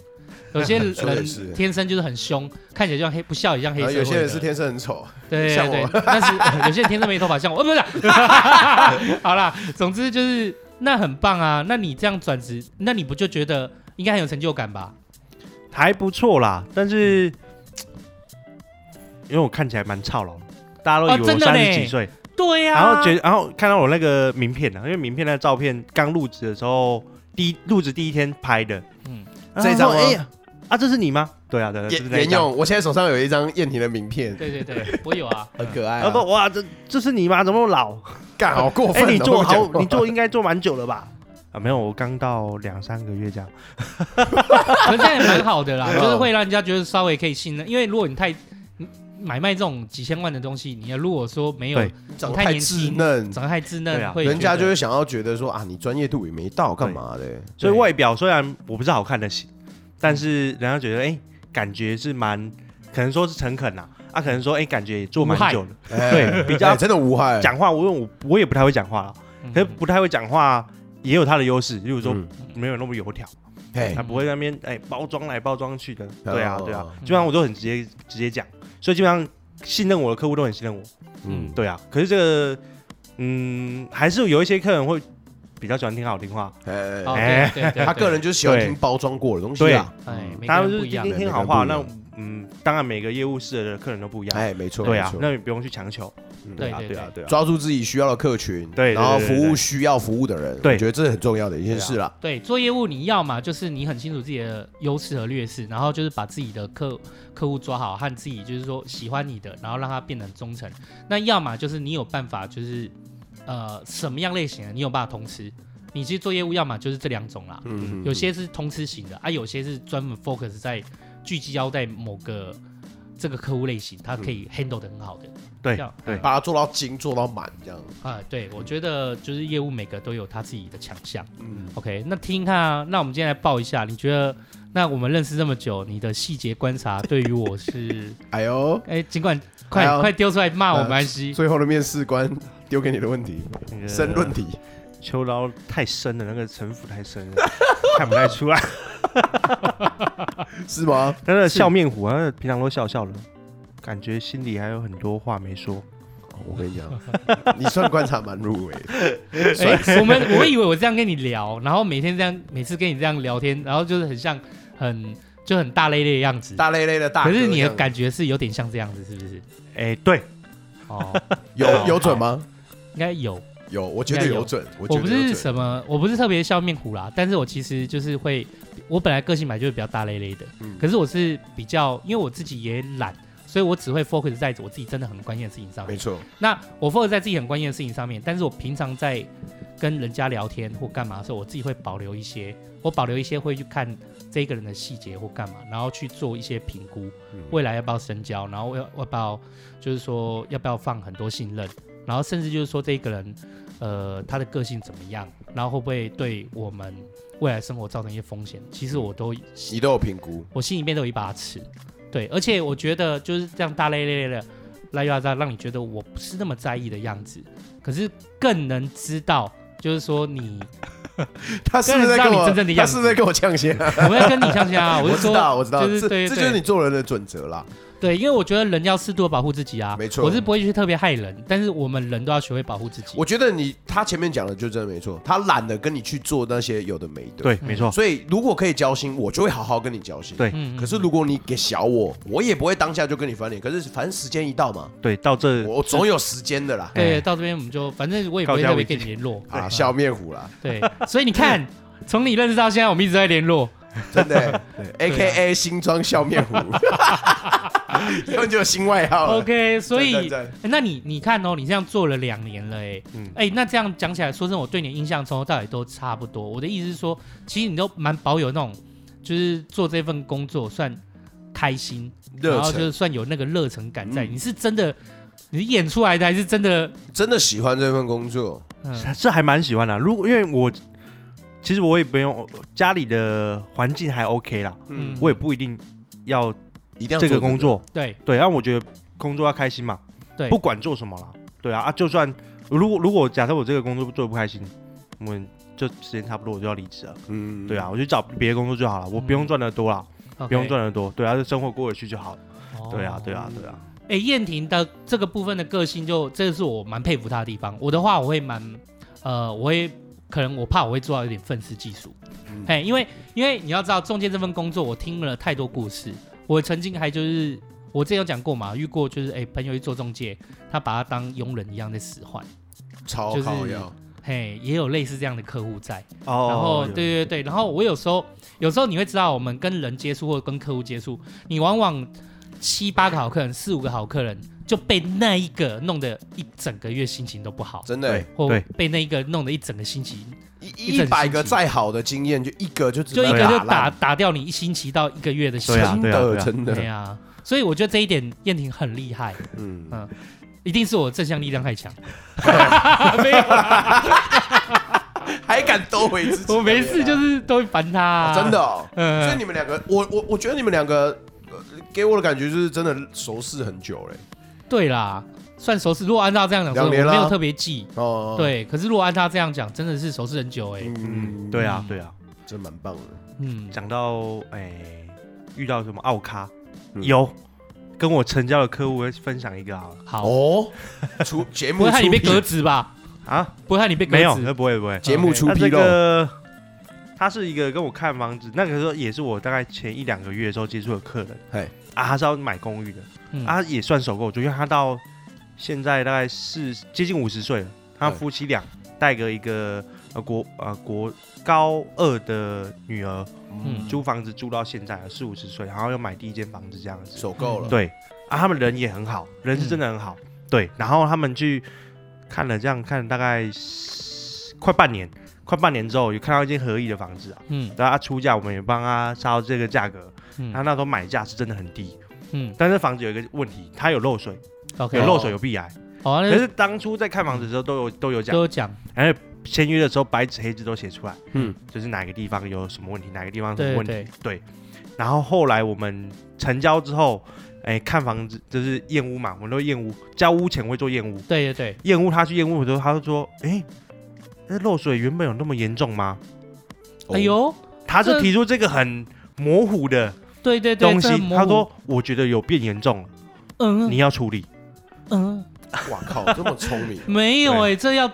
有 些
说得也是
人天生就是很凶，看起来就像黑不笑也像黑
然
社
后
会的。
呃有些人是天生很丑，
啊
对
像
对
我
对，但是 有些人天生没头发，像我，呃，不是 啊，好啦，总之就是那很棒啊。那你这样转职，那你不就觉得应该很有成就感吧？
还不错啦，但是、因为我看起来蛮操劳的，大家都
哦
以为
真
我
的
三
嘞
十几岁，
对
啊
啊呀、
然后觉得，然后看到我那个名片啊，因为名片那照片刚入职的时候，第一入职第一天拍的，
嗯
嗯，
这张吗哦
哎呀，啊，这是你吗？对啊，对啊，这
沿
是那一
沿
张。
用。我现在手上有一张燕婷的名片，
对对对，我有啊，
很可爱
啊
啊。
不，哇，这这是你吗？怎么那么老？
干好过分
哎，
哦！
你做
我
好
跟，讲
你做应该做蛮久了吧？ 啊，没有，我刚到两三个月这样。
可是这样也蛮好的啦，
嗯
就是会让人家觉得稍微可以信任，因为如果你太你买卖这种几千万的东西，你如果说没有
对
长得
太
太
年
稚
轻
嫩，
长得太稚
对
嫩，
啊
会
人家
觉
就
得
会想要觉得说啊，你专业度也没到，干嘛的？
所
对
以外表虽然我不是好看的型，但是人家觉得哎、感觉是蛮，可能说是诚恳啦，啊，可能说哎、感觉也做蛮
无害
久了，
哎
对比较
哎真的无害。
讲话我因为我我也不太会讲话啦，啊
嗯
可是不太会讲话也有他的优势，例如说
嗯
没有那么油条，
嘿
他不会在那边哎、包装来包装去的，
哦
对啊对啊，
嗯
基本上我都很直接直接讲，所以基本上信任我的客户都很信任我，
嗯，
对啊，可是这个嗯还是有一些客人会比较喜欢听好听话，
哎
哦，
哎，
对对对对，
他个人就是喜欢
对
听包装过的东西啊。
哎，每个
他
人
就
不
是
一
听
样
听，听好话，那嗯当然每个业务室的客人都不一样，
哎，没错，
对啊
没，错
那也不用去强求。
嗯
对
啊，对啊，对啊。
抓住自己需要的客群，
对对
然后
对
服
对
务
对
需要服务的人，
对
我觉得这是很重要的一件事啦。
对，做业务你要嘛就是你很清楚自己的优势和劣势，然后就是把自己的客客户抓好，和自己就是说喜欢你的，然后让他变得很忠诚。那要么就是你有办法，就是呃什么样类型的你有办法同吃。你其实做业务要么就是这两种啦，
嗯，
有些是通吃型的，啊，有些是专门 focus 在聚焦在某个这个客户类型，他可以
嗯
handle 的很好的。
对
要
对
把它做到精，做到满这样。
啊，对，我觉得就是业务每个都有他自己的强项。
嗯，
OK，那听听看啊，那我们今天来报一下，你觉得那我们认识这么久，你的细节观察对于我是，
哎呦，
哎，尽 管快、
哎呦
快丢出来骂我
呃
没关系。
最后的面试官丢给你的问题，
那个
申论题，
秋刀太深了，那个城府太深了， 看不太出来。
是吗？
但是笑面虎啊，平常都笑笑的，感觉心里还有很多话没说。
我跟你讲， 你算观察蛮入围的，
哎、我们我以为我这样跟你聊，然后每天这样，每次跟你这样聊天，然后就是很像很就很大咧咧的样子。
大累累的大哥
可
这样。
是你的感觉是有点像这样子，是不是？
哎，对，
哦，
有有准吗？
应该有。
有，我觉得有准，我觉
我
得
不
有
是
准。
什么，我不是特别笑面虎啦，但是我其实就是会，我本来个性本来就是比较大咧咧的，
嗯
可是我是比较，因为我自己也懒，所以我只会 focus 在我自己真的很关键的事情上面
没。错，
那我 focus 在自己很关键的事情上面，但是我平常在跟人家聊天或干嘛的时候，我自己会保留一些，我保留一些会去看这个人的细节或干嘛，然后去做一些评估，未来要不要深交，然后要要不要就是说要不要放很多信任，然后甚至就是说这个人，呃，他的个性怎么样，然后会不会对我们未来生活造成一些风险，其实我都
你都有评估，
我心里面都有一把尺。对，而且我觉得就是这样大咧咧咧的拉拉拉，让你觉得我不是那么在意的样子，可是更能知道，就是说你，
他是不是在跟
让你
我
真正的？
他
样子
是不是在跟我呛先？
我没有跟你像像 啊，是
我知道，
说，
我知道，
就是
这
对
这
对
就是你做人的准则啦。
对，因为我觉得人要适度的保护自己啊，
没错
我是不会去特别害人，但是我们人都要学会保护自己。
我觉得你他前面讲的就真的没错，他懒得跟你去做那些有的没的。
对，没错，
所以如果可以交心，我就会好好跟你交心。
对
嗯
可是如果你给小我，我也不会当下就跟你翻脸。可是反正时间一到嘛，
对，到这
我总有时间的啦。
对，
哎
到这边我们就反正我也不
高
会
嘉
特别
伟
跟你联络
啊，笑面虎啦，
对，所以你看，从你认识到现在，我们一直在联 络。
真的，A
啊
K A 新装笑面 虎，以后就有新外号了。
OK，所以
赞赞赞
欸那你你看哦，你这样做了两年了，哎，
嗯
哎，那这样讲起来，说真的，我对你的印象从头到尾都差不多。我的意思是说，其实你都蛮保有那种，就是做这份工作算开心，然
热
后就
忱
是算有那个热忱感在。
嗯
你是真的，你是演出来的，还是真的？
真的喜欢这份工作，
嗯，
是还蛮喜欢的。如果因为我其实我也不用家里的环境还 OK 啦，
嗯
嗯，
我也不一定要
一定要
这
做
个工。作。
对，
对，但我觉得工作要开心嘛，
对
不管做什么啦，对啊啊，就算如果如果假设我这个工作做的不开心，我们就时间差不多我就要离职了，
嗯
对啊，，我就找别的工作就好了，我不用赚得多啦，不用
OK，
赚得多，对啊，就生活过得去就好了，对啊
哦，
对啊，对啊，
哎、燕婷的这个部分的个性就，这个是我蛮佩服她的地方。我的话，我会蛮，呃，我会可能我怕我会做到有点愤世嫉俗，
嗯
哎、因为因为你要知道，中介这份工作，我听了太多故事。我曾经还就是我之前有讲过嘛，遇过就是哎、朋友去做中介，他把他当佣人一样在使唤，
超
就是
靠腰，
嘿，也有类似这样的客户在。
哦，
然后对
有
对对，然后我有时候有时候你会知道，我们跟人接触或跟客户接触，你往往七八个好客人、四五个好客人就被那一个弄得一整个月心情都不好，
真的
对
欸
或
对
被那一个弄得一整个星期，
一
一
一
整
百
星
个
期
再好的经验，就一个就只
就一
能
个就
烂
打打掉你一星期到一个月的心
对啊
情
真。的
对啊
真
对
的，
啊，所以我觉得这一点燕婷很厉害，
嗯
嗯，一定是我正向力量太 强。没有啦，
还敢兜回自己，
我没事，就是是都会烦他、
真的，哦。
嗯，
所以你们两个，我我我觉得你们两个呃给我的感觉就是真的熟识很久嘞，
对啦，算熟识。如果按照这样讲，
两
我没
年啦
有特别记。
哦，，
对，可是如果按他这样讲，真的是熟识很久哎、
嗯，对啊，对啊，
真蛮棒的。
嗯，
讲到哎，遇到什么奥咖
嗯
有。跟我成交的客户，我会分享一个好了
好，
哦，出节
不
目
会害你
出
被
纰
革职吧？
啊？
不会害你被革
没有，
职嗯
那不会不会。
节
啊
目出
那这
纰漏，
个他是一个跟我看房子，那个时候也是我大概前一两个月的时候接触的客人。
嘿
啊，他是要买公寓的，
嗯
啊，他也算首购族，因为他到现在大概是接近五十岁了，他
对
夫妻俩带个一个呃国呃国高二的女儿
嗯
租房子租到现在四五十岁，然后又买第一间房子这样子。
手
哦
够了，
对啊，他们人也很好，人是真的很好。
嗯
对，然后他们去看了这样看了大概十快半年，快半年之后有看到一间合意的房子啊，
嗯
然后他出价我们也帮他杀到这个价格，他
嗯
那时候买价是真的很低，
嗯
但是房子有一个问题，它有漏水，
，OK，哦
有漏水有壁癌，
好、啊，
可
那
是当初在看房子的时候都有都有讲
都，有讲，
而且签约的时候白纸黑字都写出来，
嗯，
就是哪个地方有什么问题，哪个地方有什
对
么问题，
对，
然后后来我们成交之后，哎，看房子就是验屋嘛，我们都验屋，交屋前会做验屋。
对对对，
验屋他去验屋的时候，他就说，哎，那漏水原本有那么严重吗？
哦
哎，呦，
他就
这
提出这个很模糊的
对对对，
东西
这很，模
他
糊
说我觉得有变严重了，
嗯
你要处理。
嗯，
哇靠，这么聪明
没有
对
哎，这要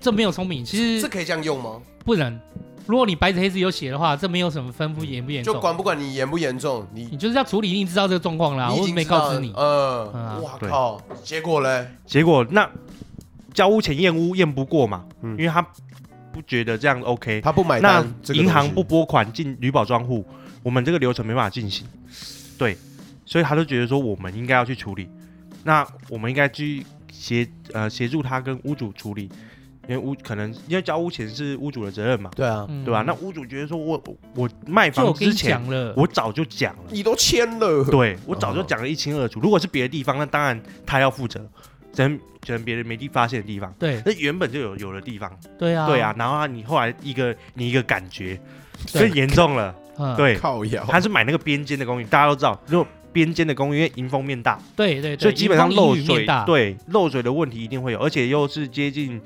这没有聪明，其
这
实
可以这样用吗？
不能。如果你白纸黑字有写的话，这没有什么吩咐严不严
就
重，
管不管你严不严重，你
你就是要处理，你已经知道这个状况啦，
你已
我
经
没
知道
告知你。
呃
了
嗯啊
嗯，哇
对
靠，结果嘞，
结果那交屋前验屋验不过嘛，
嗯
因为他不觉得这样 OK，
他不买
那
单，这个
银行
东
不
西
拨款进旅保专户，我们这个流程没办法进行，对，所以他就觉得说我们应该要去处理，那我们应该去协呃协助他跟屋主处理，因为屋可能因为交屋前是屋主的责任嘛，
对啊，
嗯
对吧、那屋主觉得说我我我卖
就
房
我跟
之
你
前
讲了，
我早就讲了，
你都签了，
对我早就讲得一清二楚。如果是别的地方，那当然他要负责，只能只能别人没地发现的地方。
对
那原本就有有的地方，
对啊，
对啊，，然后啊你后来一个你一个感觉
对
更严重了，
嗯，
对，
靠摇，
他是买那个边间的公寓，大家都知道，如果边间的公寓因为迎风面大，
对对对，
所以基本上
荧
漏
光阴雨
水
面大，
对漏水的问题一定会有，而且又是接近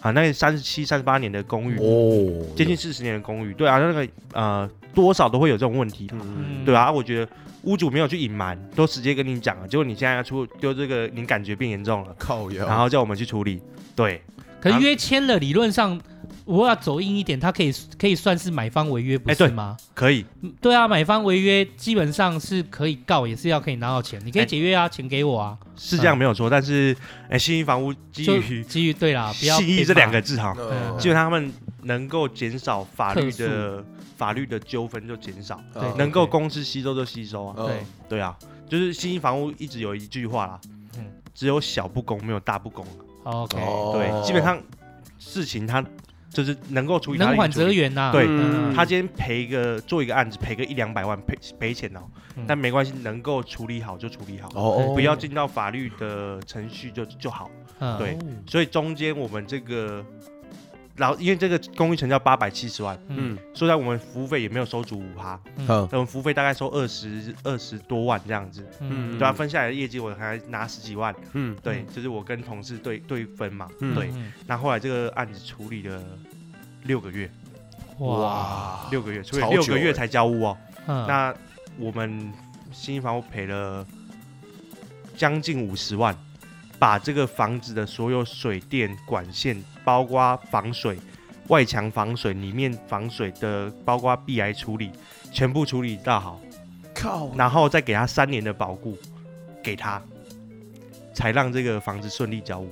啊那三十七、三十八年的公寓，
哦，
接近四十年的公寓，对啊，那个呃多少都会有这种问题啦
嗯，
对啊，我觉得屋主没有去隐瞒，都直接跟你讲了，结果你现在要出丢这个，你感觉变严重了，
靠
哦
摇，
然后叫我们去处理。对，
可
啊
是约签了，理论上我要走硬一点，它可以可以算是买方违约，不
哎
是
对
吗？
可以，
嗯对啊，买方违约基本上是可以告，也是要可以拿到钱，你可以
哎
解约啊，钱给我啊，
是这样没有错，但是哎，信义房屋基
就
于
基于对 啦，不要
信义
被
这两
骂
个字哈，
嗯
基本上他们能够减少法律
特
的法律的纠纷就减少，
对
能够公司吸收就吸收啊。
嗯
对
对啊，就是信义房屋一直有一句话啦
嗯，
只有小不公没有大不公。
，OK，
哦
对，基本上事情他就是能够处理，他一
能
定
缓
处理
则圆呐，
对
嗯
他今天赔一个做一个案子赔个一两百万赔赔钱哦
嗯，
但没关系，能够处理好就处理好，
哦，
不要进到法律的程序就就好。
嗯
对所以中间我们这个，然后因为这个公寓成交八百七十万，
嗯
说在我们服务费也没有收足五趴，
嗯，
我们服务费大概收二十二十多万这样子，
嗯
对啊，分下来的业绩我还拿十几万，
嗯
对，就是我跟同事对对分嘛，
嗯
对，，
嗯
那后来这个案子处理了六个月，
嗯哇，
哇，
六个月，处理
超
六
久
个
欸
月才交屋哦。
嗯
那我们新房屋赔了将近五十万，把这个房子的所有水电管线，包括防水、外墙防水、里面防水的，包括壁癌处理，全部处理到好，
靠，
然后再给他三年的保固，给他，才让这个房子顺利交屋。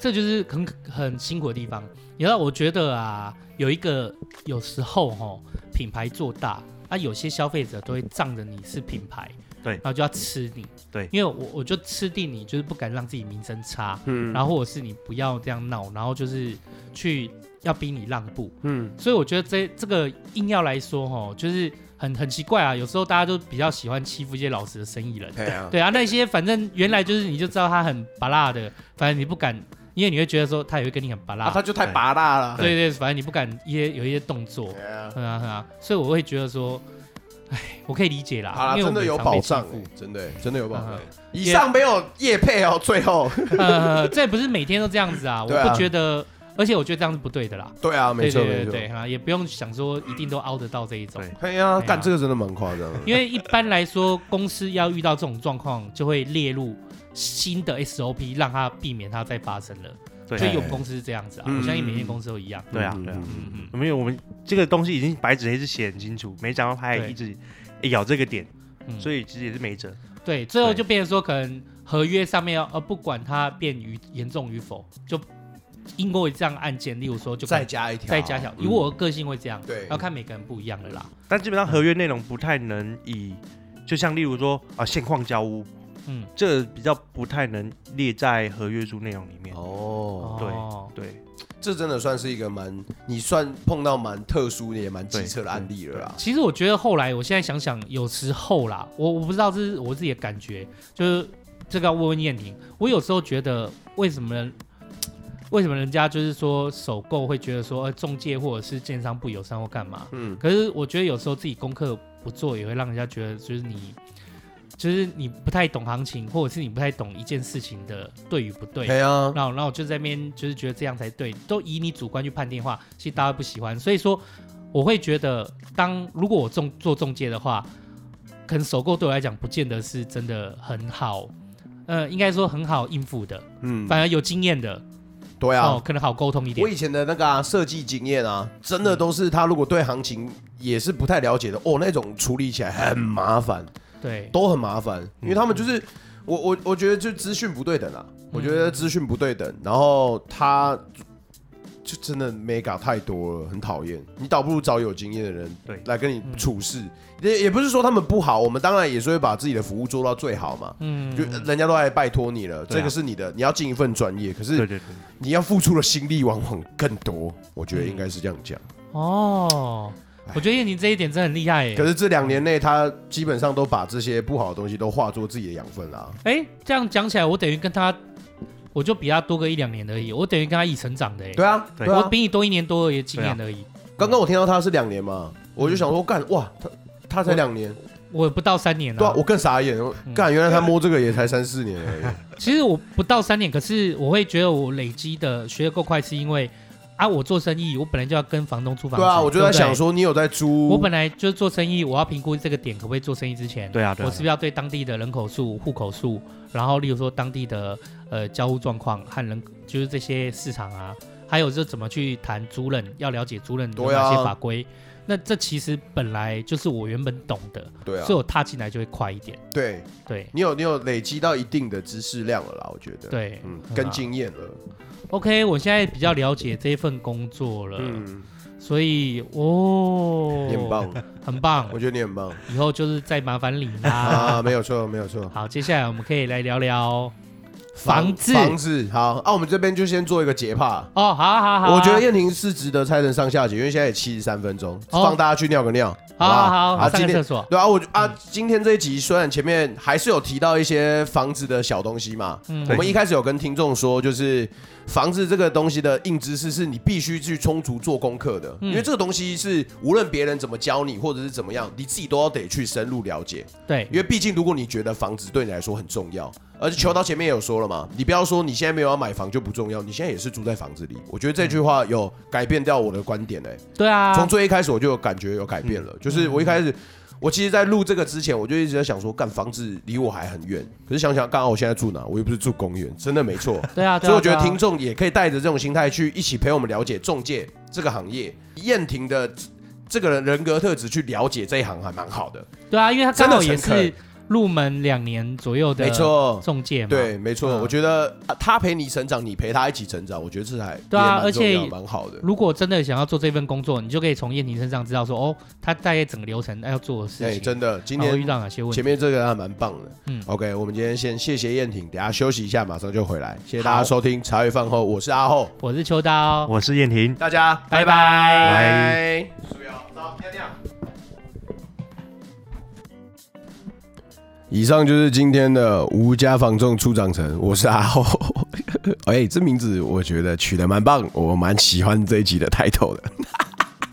这就是很很辛苦的地方。你知道，我觉得啊，有一个有时候哈、品牌做大，啊，有些消费者都会仗着你是品牌，
对
然后就要吃你，
对
因为我我就吃定你，就是不敢让自己名声差，
嗯
然后或者是你不要这样闹，然后就是去要逼你让步，
嗯，
所以我觉得这这个硬要来说哈、就是很很奇怪啊，有时候大家都比较喜欢欺负一些老实的生意人。
对啊，
对啊，那些反正原来就是你就知道他很拔辣的，反正你不敢，因为你会觉得说他也会跟你很拔辣，
啊，他就太拔辣了，
对对，反正你不敢一些有一些动作，
对啊，
对啊对啊，所以我会觉得说，哎，我可以理解啦，
好啦，
因为我
真
们
的有
常被
保
欺
障
负，
欸，真的欸真的有保障
嗯。
以上没有叶配哦， 最后，
呃，这也不是每天都这样子啊，我
对啊
不觉得，而且我觉得这样是不对的啦，
对啊，没
对
错
对
没
对
错，
对啊，也不用想说一定都凹得到这一种
对。
哎呀，
对啊
干这个真的蛮夸张的，
因为一般来说，公司要遇到这种状况，就会列入新的 SOP，让它避免它再发生了。
对
所以我们公司是这样子啊，
嗯
我相信每间公司都一样。
对啊
嗯
对啊
嗯嗯，
没有，我们这个东西已经白纸黑字写很清楚，没想到他还
对
一直哎咬这个点，
嗯
所以其实也是没辙。
对，最后
对
就变成说，可能合约上面要呃，不管它变于严重与否，就因为这样案件，例如说就可
再
能
加一条，
再加小，以
嗯
我的个性会这样，
对
要看每个人不一样的啦。
但基本上合约内容不太能以，就像例如说啊现况交屋，
嗯，
这比较不太能列在合约书内容里面。
哦，
对
哦
对
这真的算是一个蛮，你算碰到蛮特殊的也蛮机车的案例了啦。
其实我觉得后来，我现在想想，有时候啦，我我不知道这是我自己的感觉，就是这个要问问燕婷。我有时候觉得，为什么为什么人家就是说首购会觉得说呃中介或者是建商不友善或干嘛？
嗯，
可是我觉得有时候自己功课不做，也会让人家觉得就是你，就是你不太懂行情，或者是你不太懂一件事情的对与不对。
对啊，
然后，然后我就在那边就是觉得这样才对，都以你主观去判定的话，其实大家不喜欢。所以说，我会觉得当如果我中做中介的话，可能首购对我来讲不见得是真的很好，呃，应该说很好应付的，
嗯，
反而有经验的、
对啊
哦，，可能好沟通一点
我。以前的那个啊设计经验啊，真的都是他如果对行情也是不太了解的哦，那种处理起来很麻烦，
对，
都很麻
嗯
烦，因为他们就是我我我觉得就资讯不对等啊，
嗯
我觉得资讯不对等，然后他就真的 mega 太多了，很讨厌。你倒不如找有经验的人
对嗯
来跟你处事，也也不是说他们不好，我们当然也是会把自己的服务做到最好嘛。
嗯
就人家都来拜托你了，
对啊
这个是你的，你要尽一份专业，可
对
是
对对，
你要付出的心力往往更多，我觉得应该是这样讲。
哦，我觉得燕宁这一点真的很厉害耶。
可是这两年内，他基本上都把这些不好的东西都化作自己的养分啦、
哎，这样讲起来，我等于跟他，我就比他多个一两年而已，我等于跟他一起成长的耶。欸
对啊，
对
对啊，啊
我比你多一年多的经验而已，
刚刚我听到他是两年嘛，
嗯
我就想说，干哇，他他才两年，
我不到三年
对啊，
啊。
我更傻眼，我干原来他摸这个也才三四年 而已，
其实我不到三年，可是我会觉得我累积的学的够快，是因为啊，我做生意，我本来就要跟房东租房子。
对啊，我就在
对不对
想，说你有在租，
我本来就是做生意，我要评估这个点可不可以做生意之前，
对啊对啊
我是不是要对当地的人口数、户口数，然后例如说当地的呃交互状况和人，就是这些市场啊，还有就怎么去谈租赁，要了解租赁的
对啊
哪些法规。那这其实本来就是我原本懂的，
对啊
所以，我踏进来就会快一点。
对
对
你有你有累积到一定的知识量了啦，我觉得，，
对，
嗯，
很
跟
好
经验了，
OK，我现在比较了解这份工作了，
嗯，
所以哦，
你很，棒，
很棒
我。觉得你很棒
以后就是再麻烦你啦。
啊，没有错，没有错，
好，接下来我们可以来聊哦聊房子。
房子好，啊，我们这边就先做一个结帕。
哦，好好好好，
我觉得燕婷是值得拆成上下集，因为现在也七十三分钟，
哦
放大家去尿个尿，
好
不
好好，
啊，
我上
今
个
天
厕所。
对啊，我啊，今天这一集虽然前面还是有提到一些房子的小东西嘛，
嗯
我们一开始有跟听众说，就是房子这个东西的硬知识是你必须去充足做功课的，
嗯
因为这个东西是无论别人怎么教你或者是怎么样，你自己都要得去深入了解，
对
因为毕竟如果你觉得房子对你来说很重要。而且球刀前面也有说了嘛，你不要说你现在没有要买房就不重要，你现在也是住在房子里。我觉得这句话有改变掉我的观点哎、
对啊，嗯
从最一开始我就有感觉有改变了，就是我一开始，我其实，在录这个之前，我就一直在想说，干房子离我还很远，可是想想，刚好我现在住哪，我又不是住公园，真的没错。
对 啊，对啊
所以我觉
对
得
啊
听众也可以带着这种心态去一起陪我们了解中介这个行业，燕婷的这个人人格特质去了解这一行还蛮好的，
对啊，因为他
真
刚
的
好也
诚恳
是入门两年左右的，
没，错。
中介嘛，
对，没错，
嗯
我觉得啊他陪你成长，你陪他一起成长，我觉得这还
对啊
也蛮重要
而且
蛮好的。
如果真的想要做这份工作，你就可以从燕婷身上知道说，哦，他大概整个流程要做的事
哎，
情，
真的，今
然后
天
遇到哪些问题
前。面这个还蛮棒的。嗯
嗯
，OK，我们今天先谢谢燕婷，等一下休息一下，马上就回来。谢谢大家收听茶余饭后，我是阿后，
我是秋刀，
我是燕婷。
大家
拜拜
拜。走尿尿以上就是今天的吴家房仲出长城，我是阿后。 哎、这名字我觉得取得蛮棒，我蛮喜欢这一集的 title 的，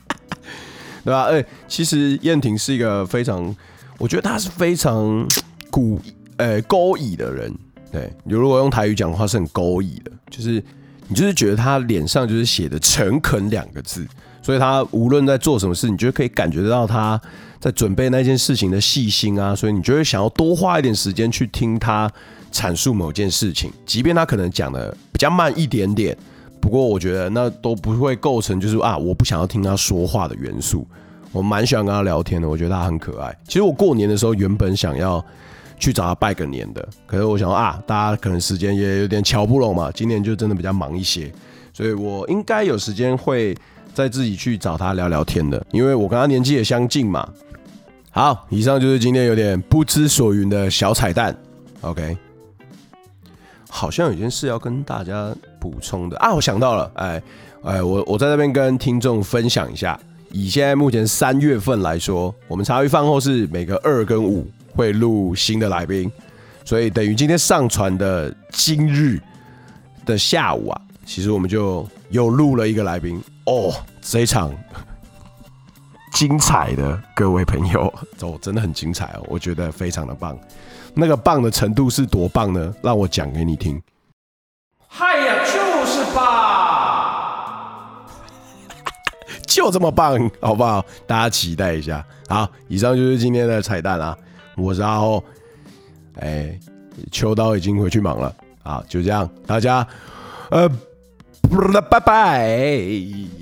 对吧、哎、其实燕婷是一个非常，我觉得她是非常古呃勾引的人。对，你如果用台语讲的话，是很勾引的，就是你就是觉得他脸上就是写的诚恳两个字，所以他无论在做什么事，你就可以感觉得到他在准备那件事情的细心啊，所以你就会想要多花一点时间去听他阐述某件事情，即便他可能讲的比较慢一点点，不过我觉得那都不会构成就是啊，我不想要听他说话的元素。我蛮喜欢跟他聊天的，我觉得他很可爱。其实我过年的时候原本想要去找他拜个年的，可是我想说啊，大家可能时间也有点瞧不拢嘛，今年就真的比较忙一些，所以我应该有时间会再自己去找他聊聊天的，因为我跟他年纪也相近嘛。好，以上就是今天有点不知所云的小彩蛋。OK，好像有件事要跟大家补充的啊，我想到了，哎哎，我我在那边跟听众分享一下，以现在目前三月份来说，我们茶余饭后是每个二跟五会录新的来宾，所以等于今天上传的今日的下午啊，其实我们就又录了一个来宾哦，这一场精彩的各位朋友，哦，真的很精彩哦，我觉得非常的棒。那个棒的程度是多棒呢？让我讲给你听。
嗨呀，就是吧。
就这么棒，好不好？大家期待一下。好，以上就是今天的彩蛋啦。我是阿后，哎、秋刀已经回去忙了。好，就这样，大家，呃，拜拜。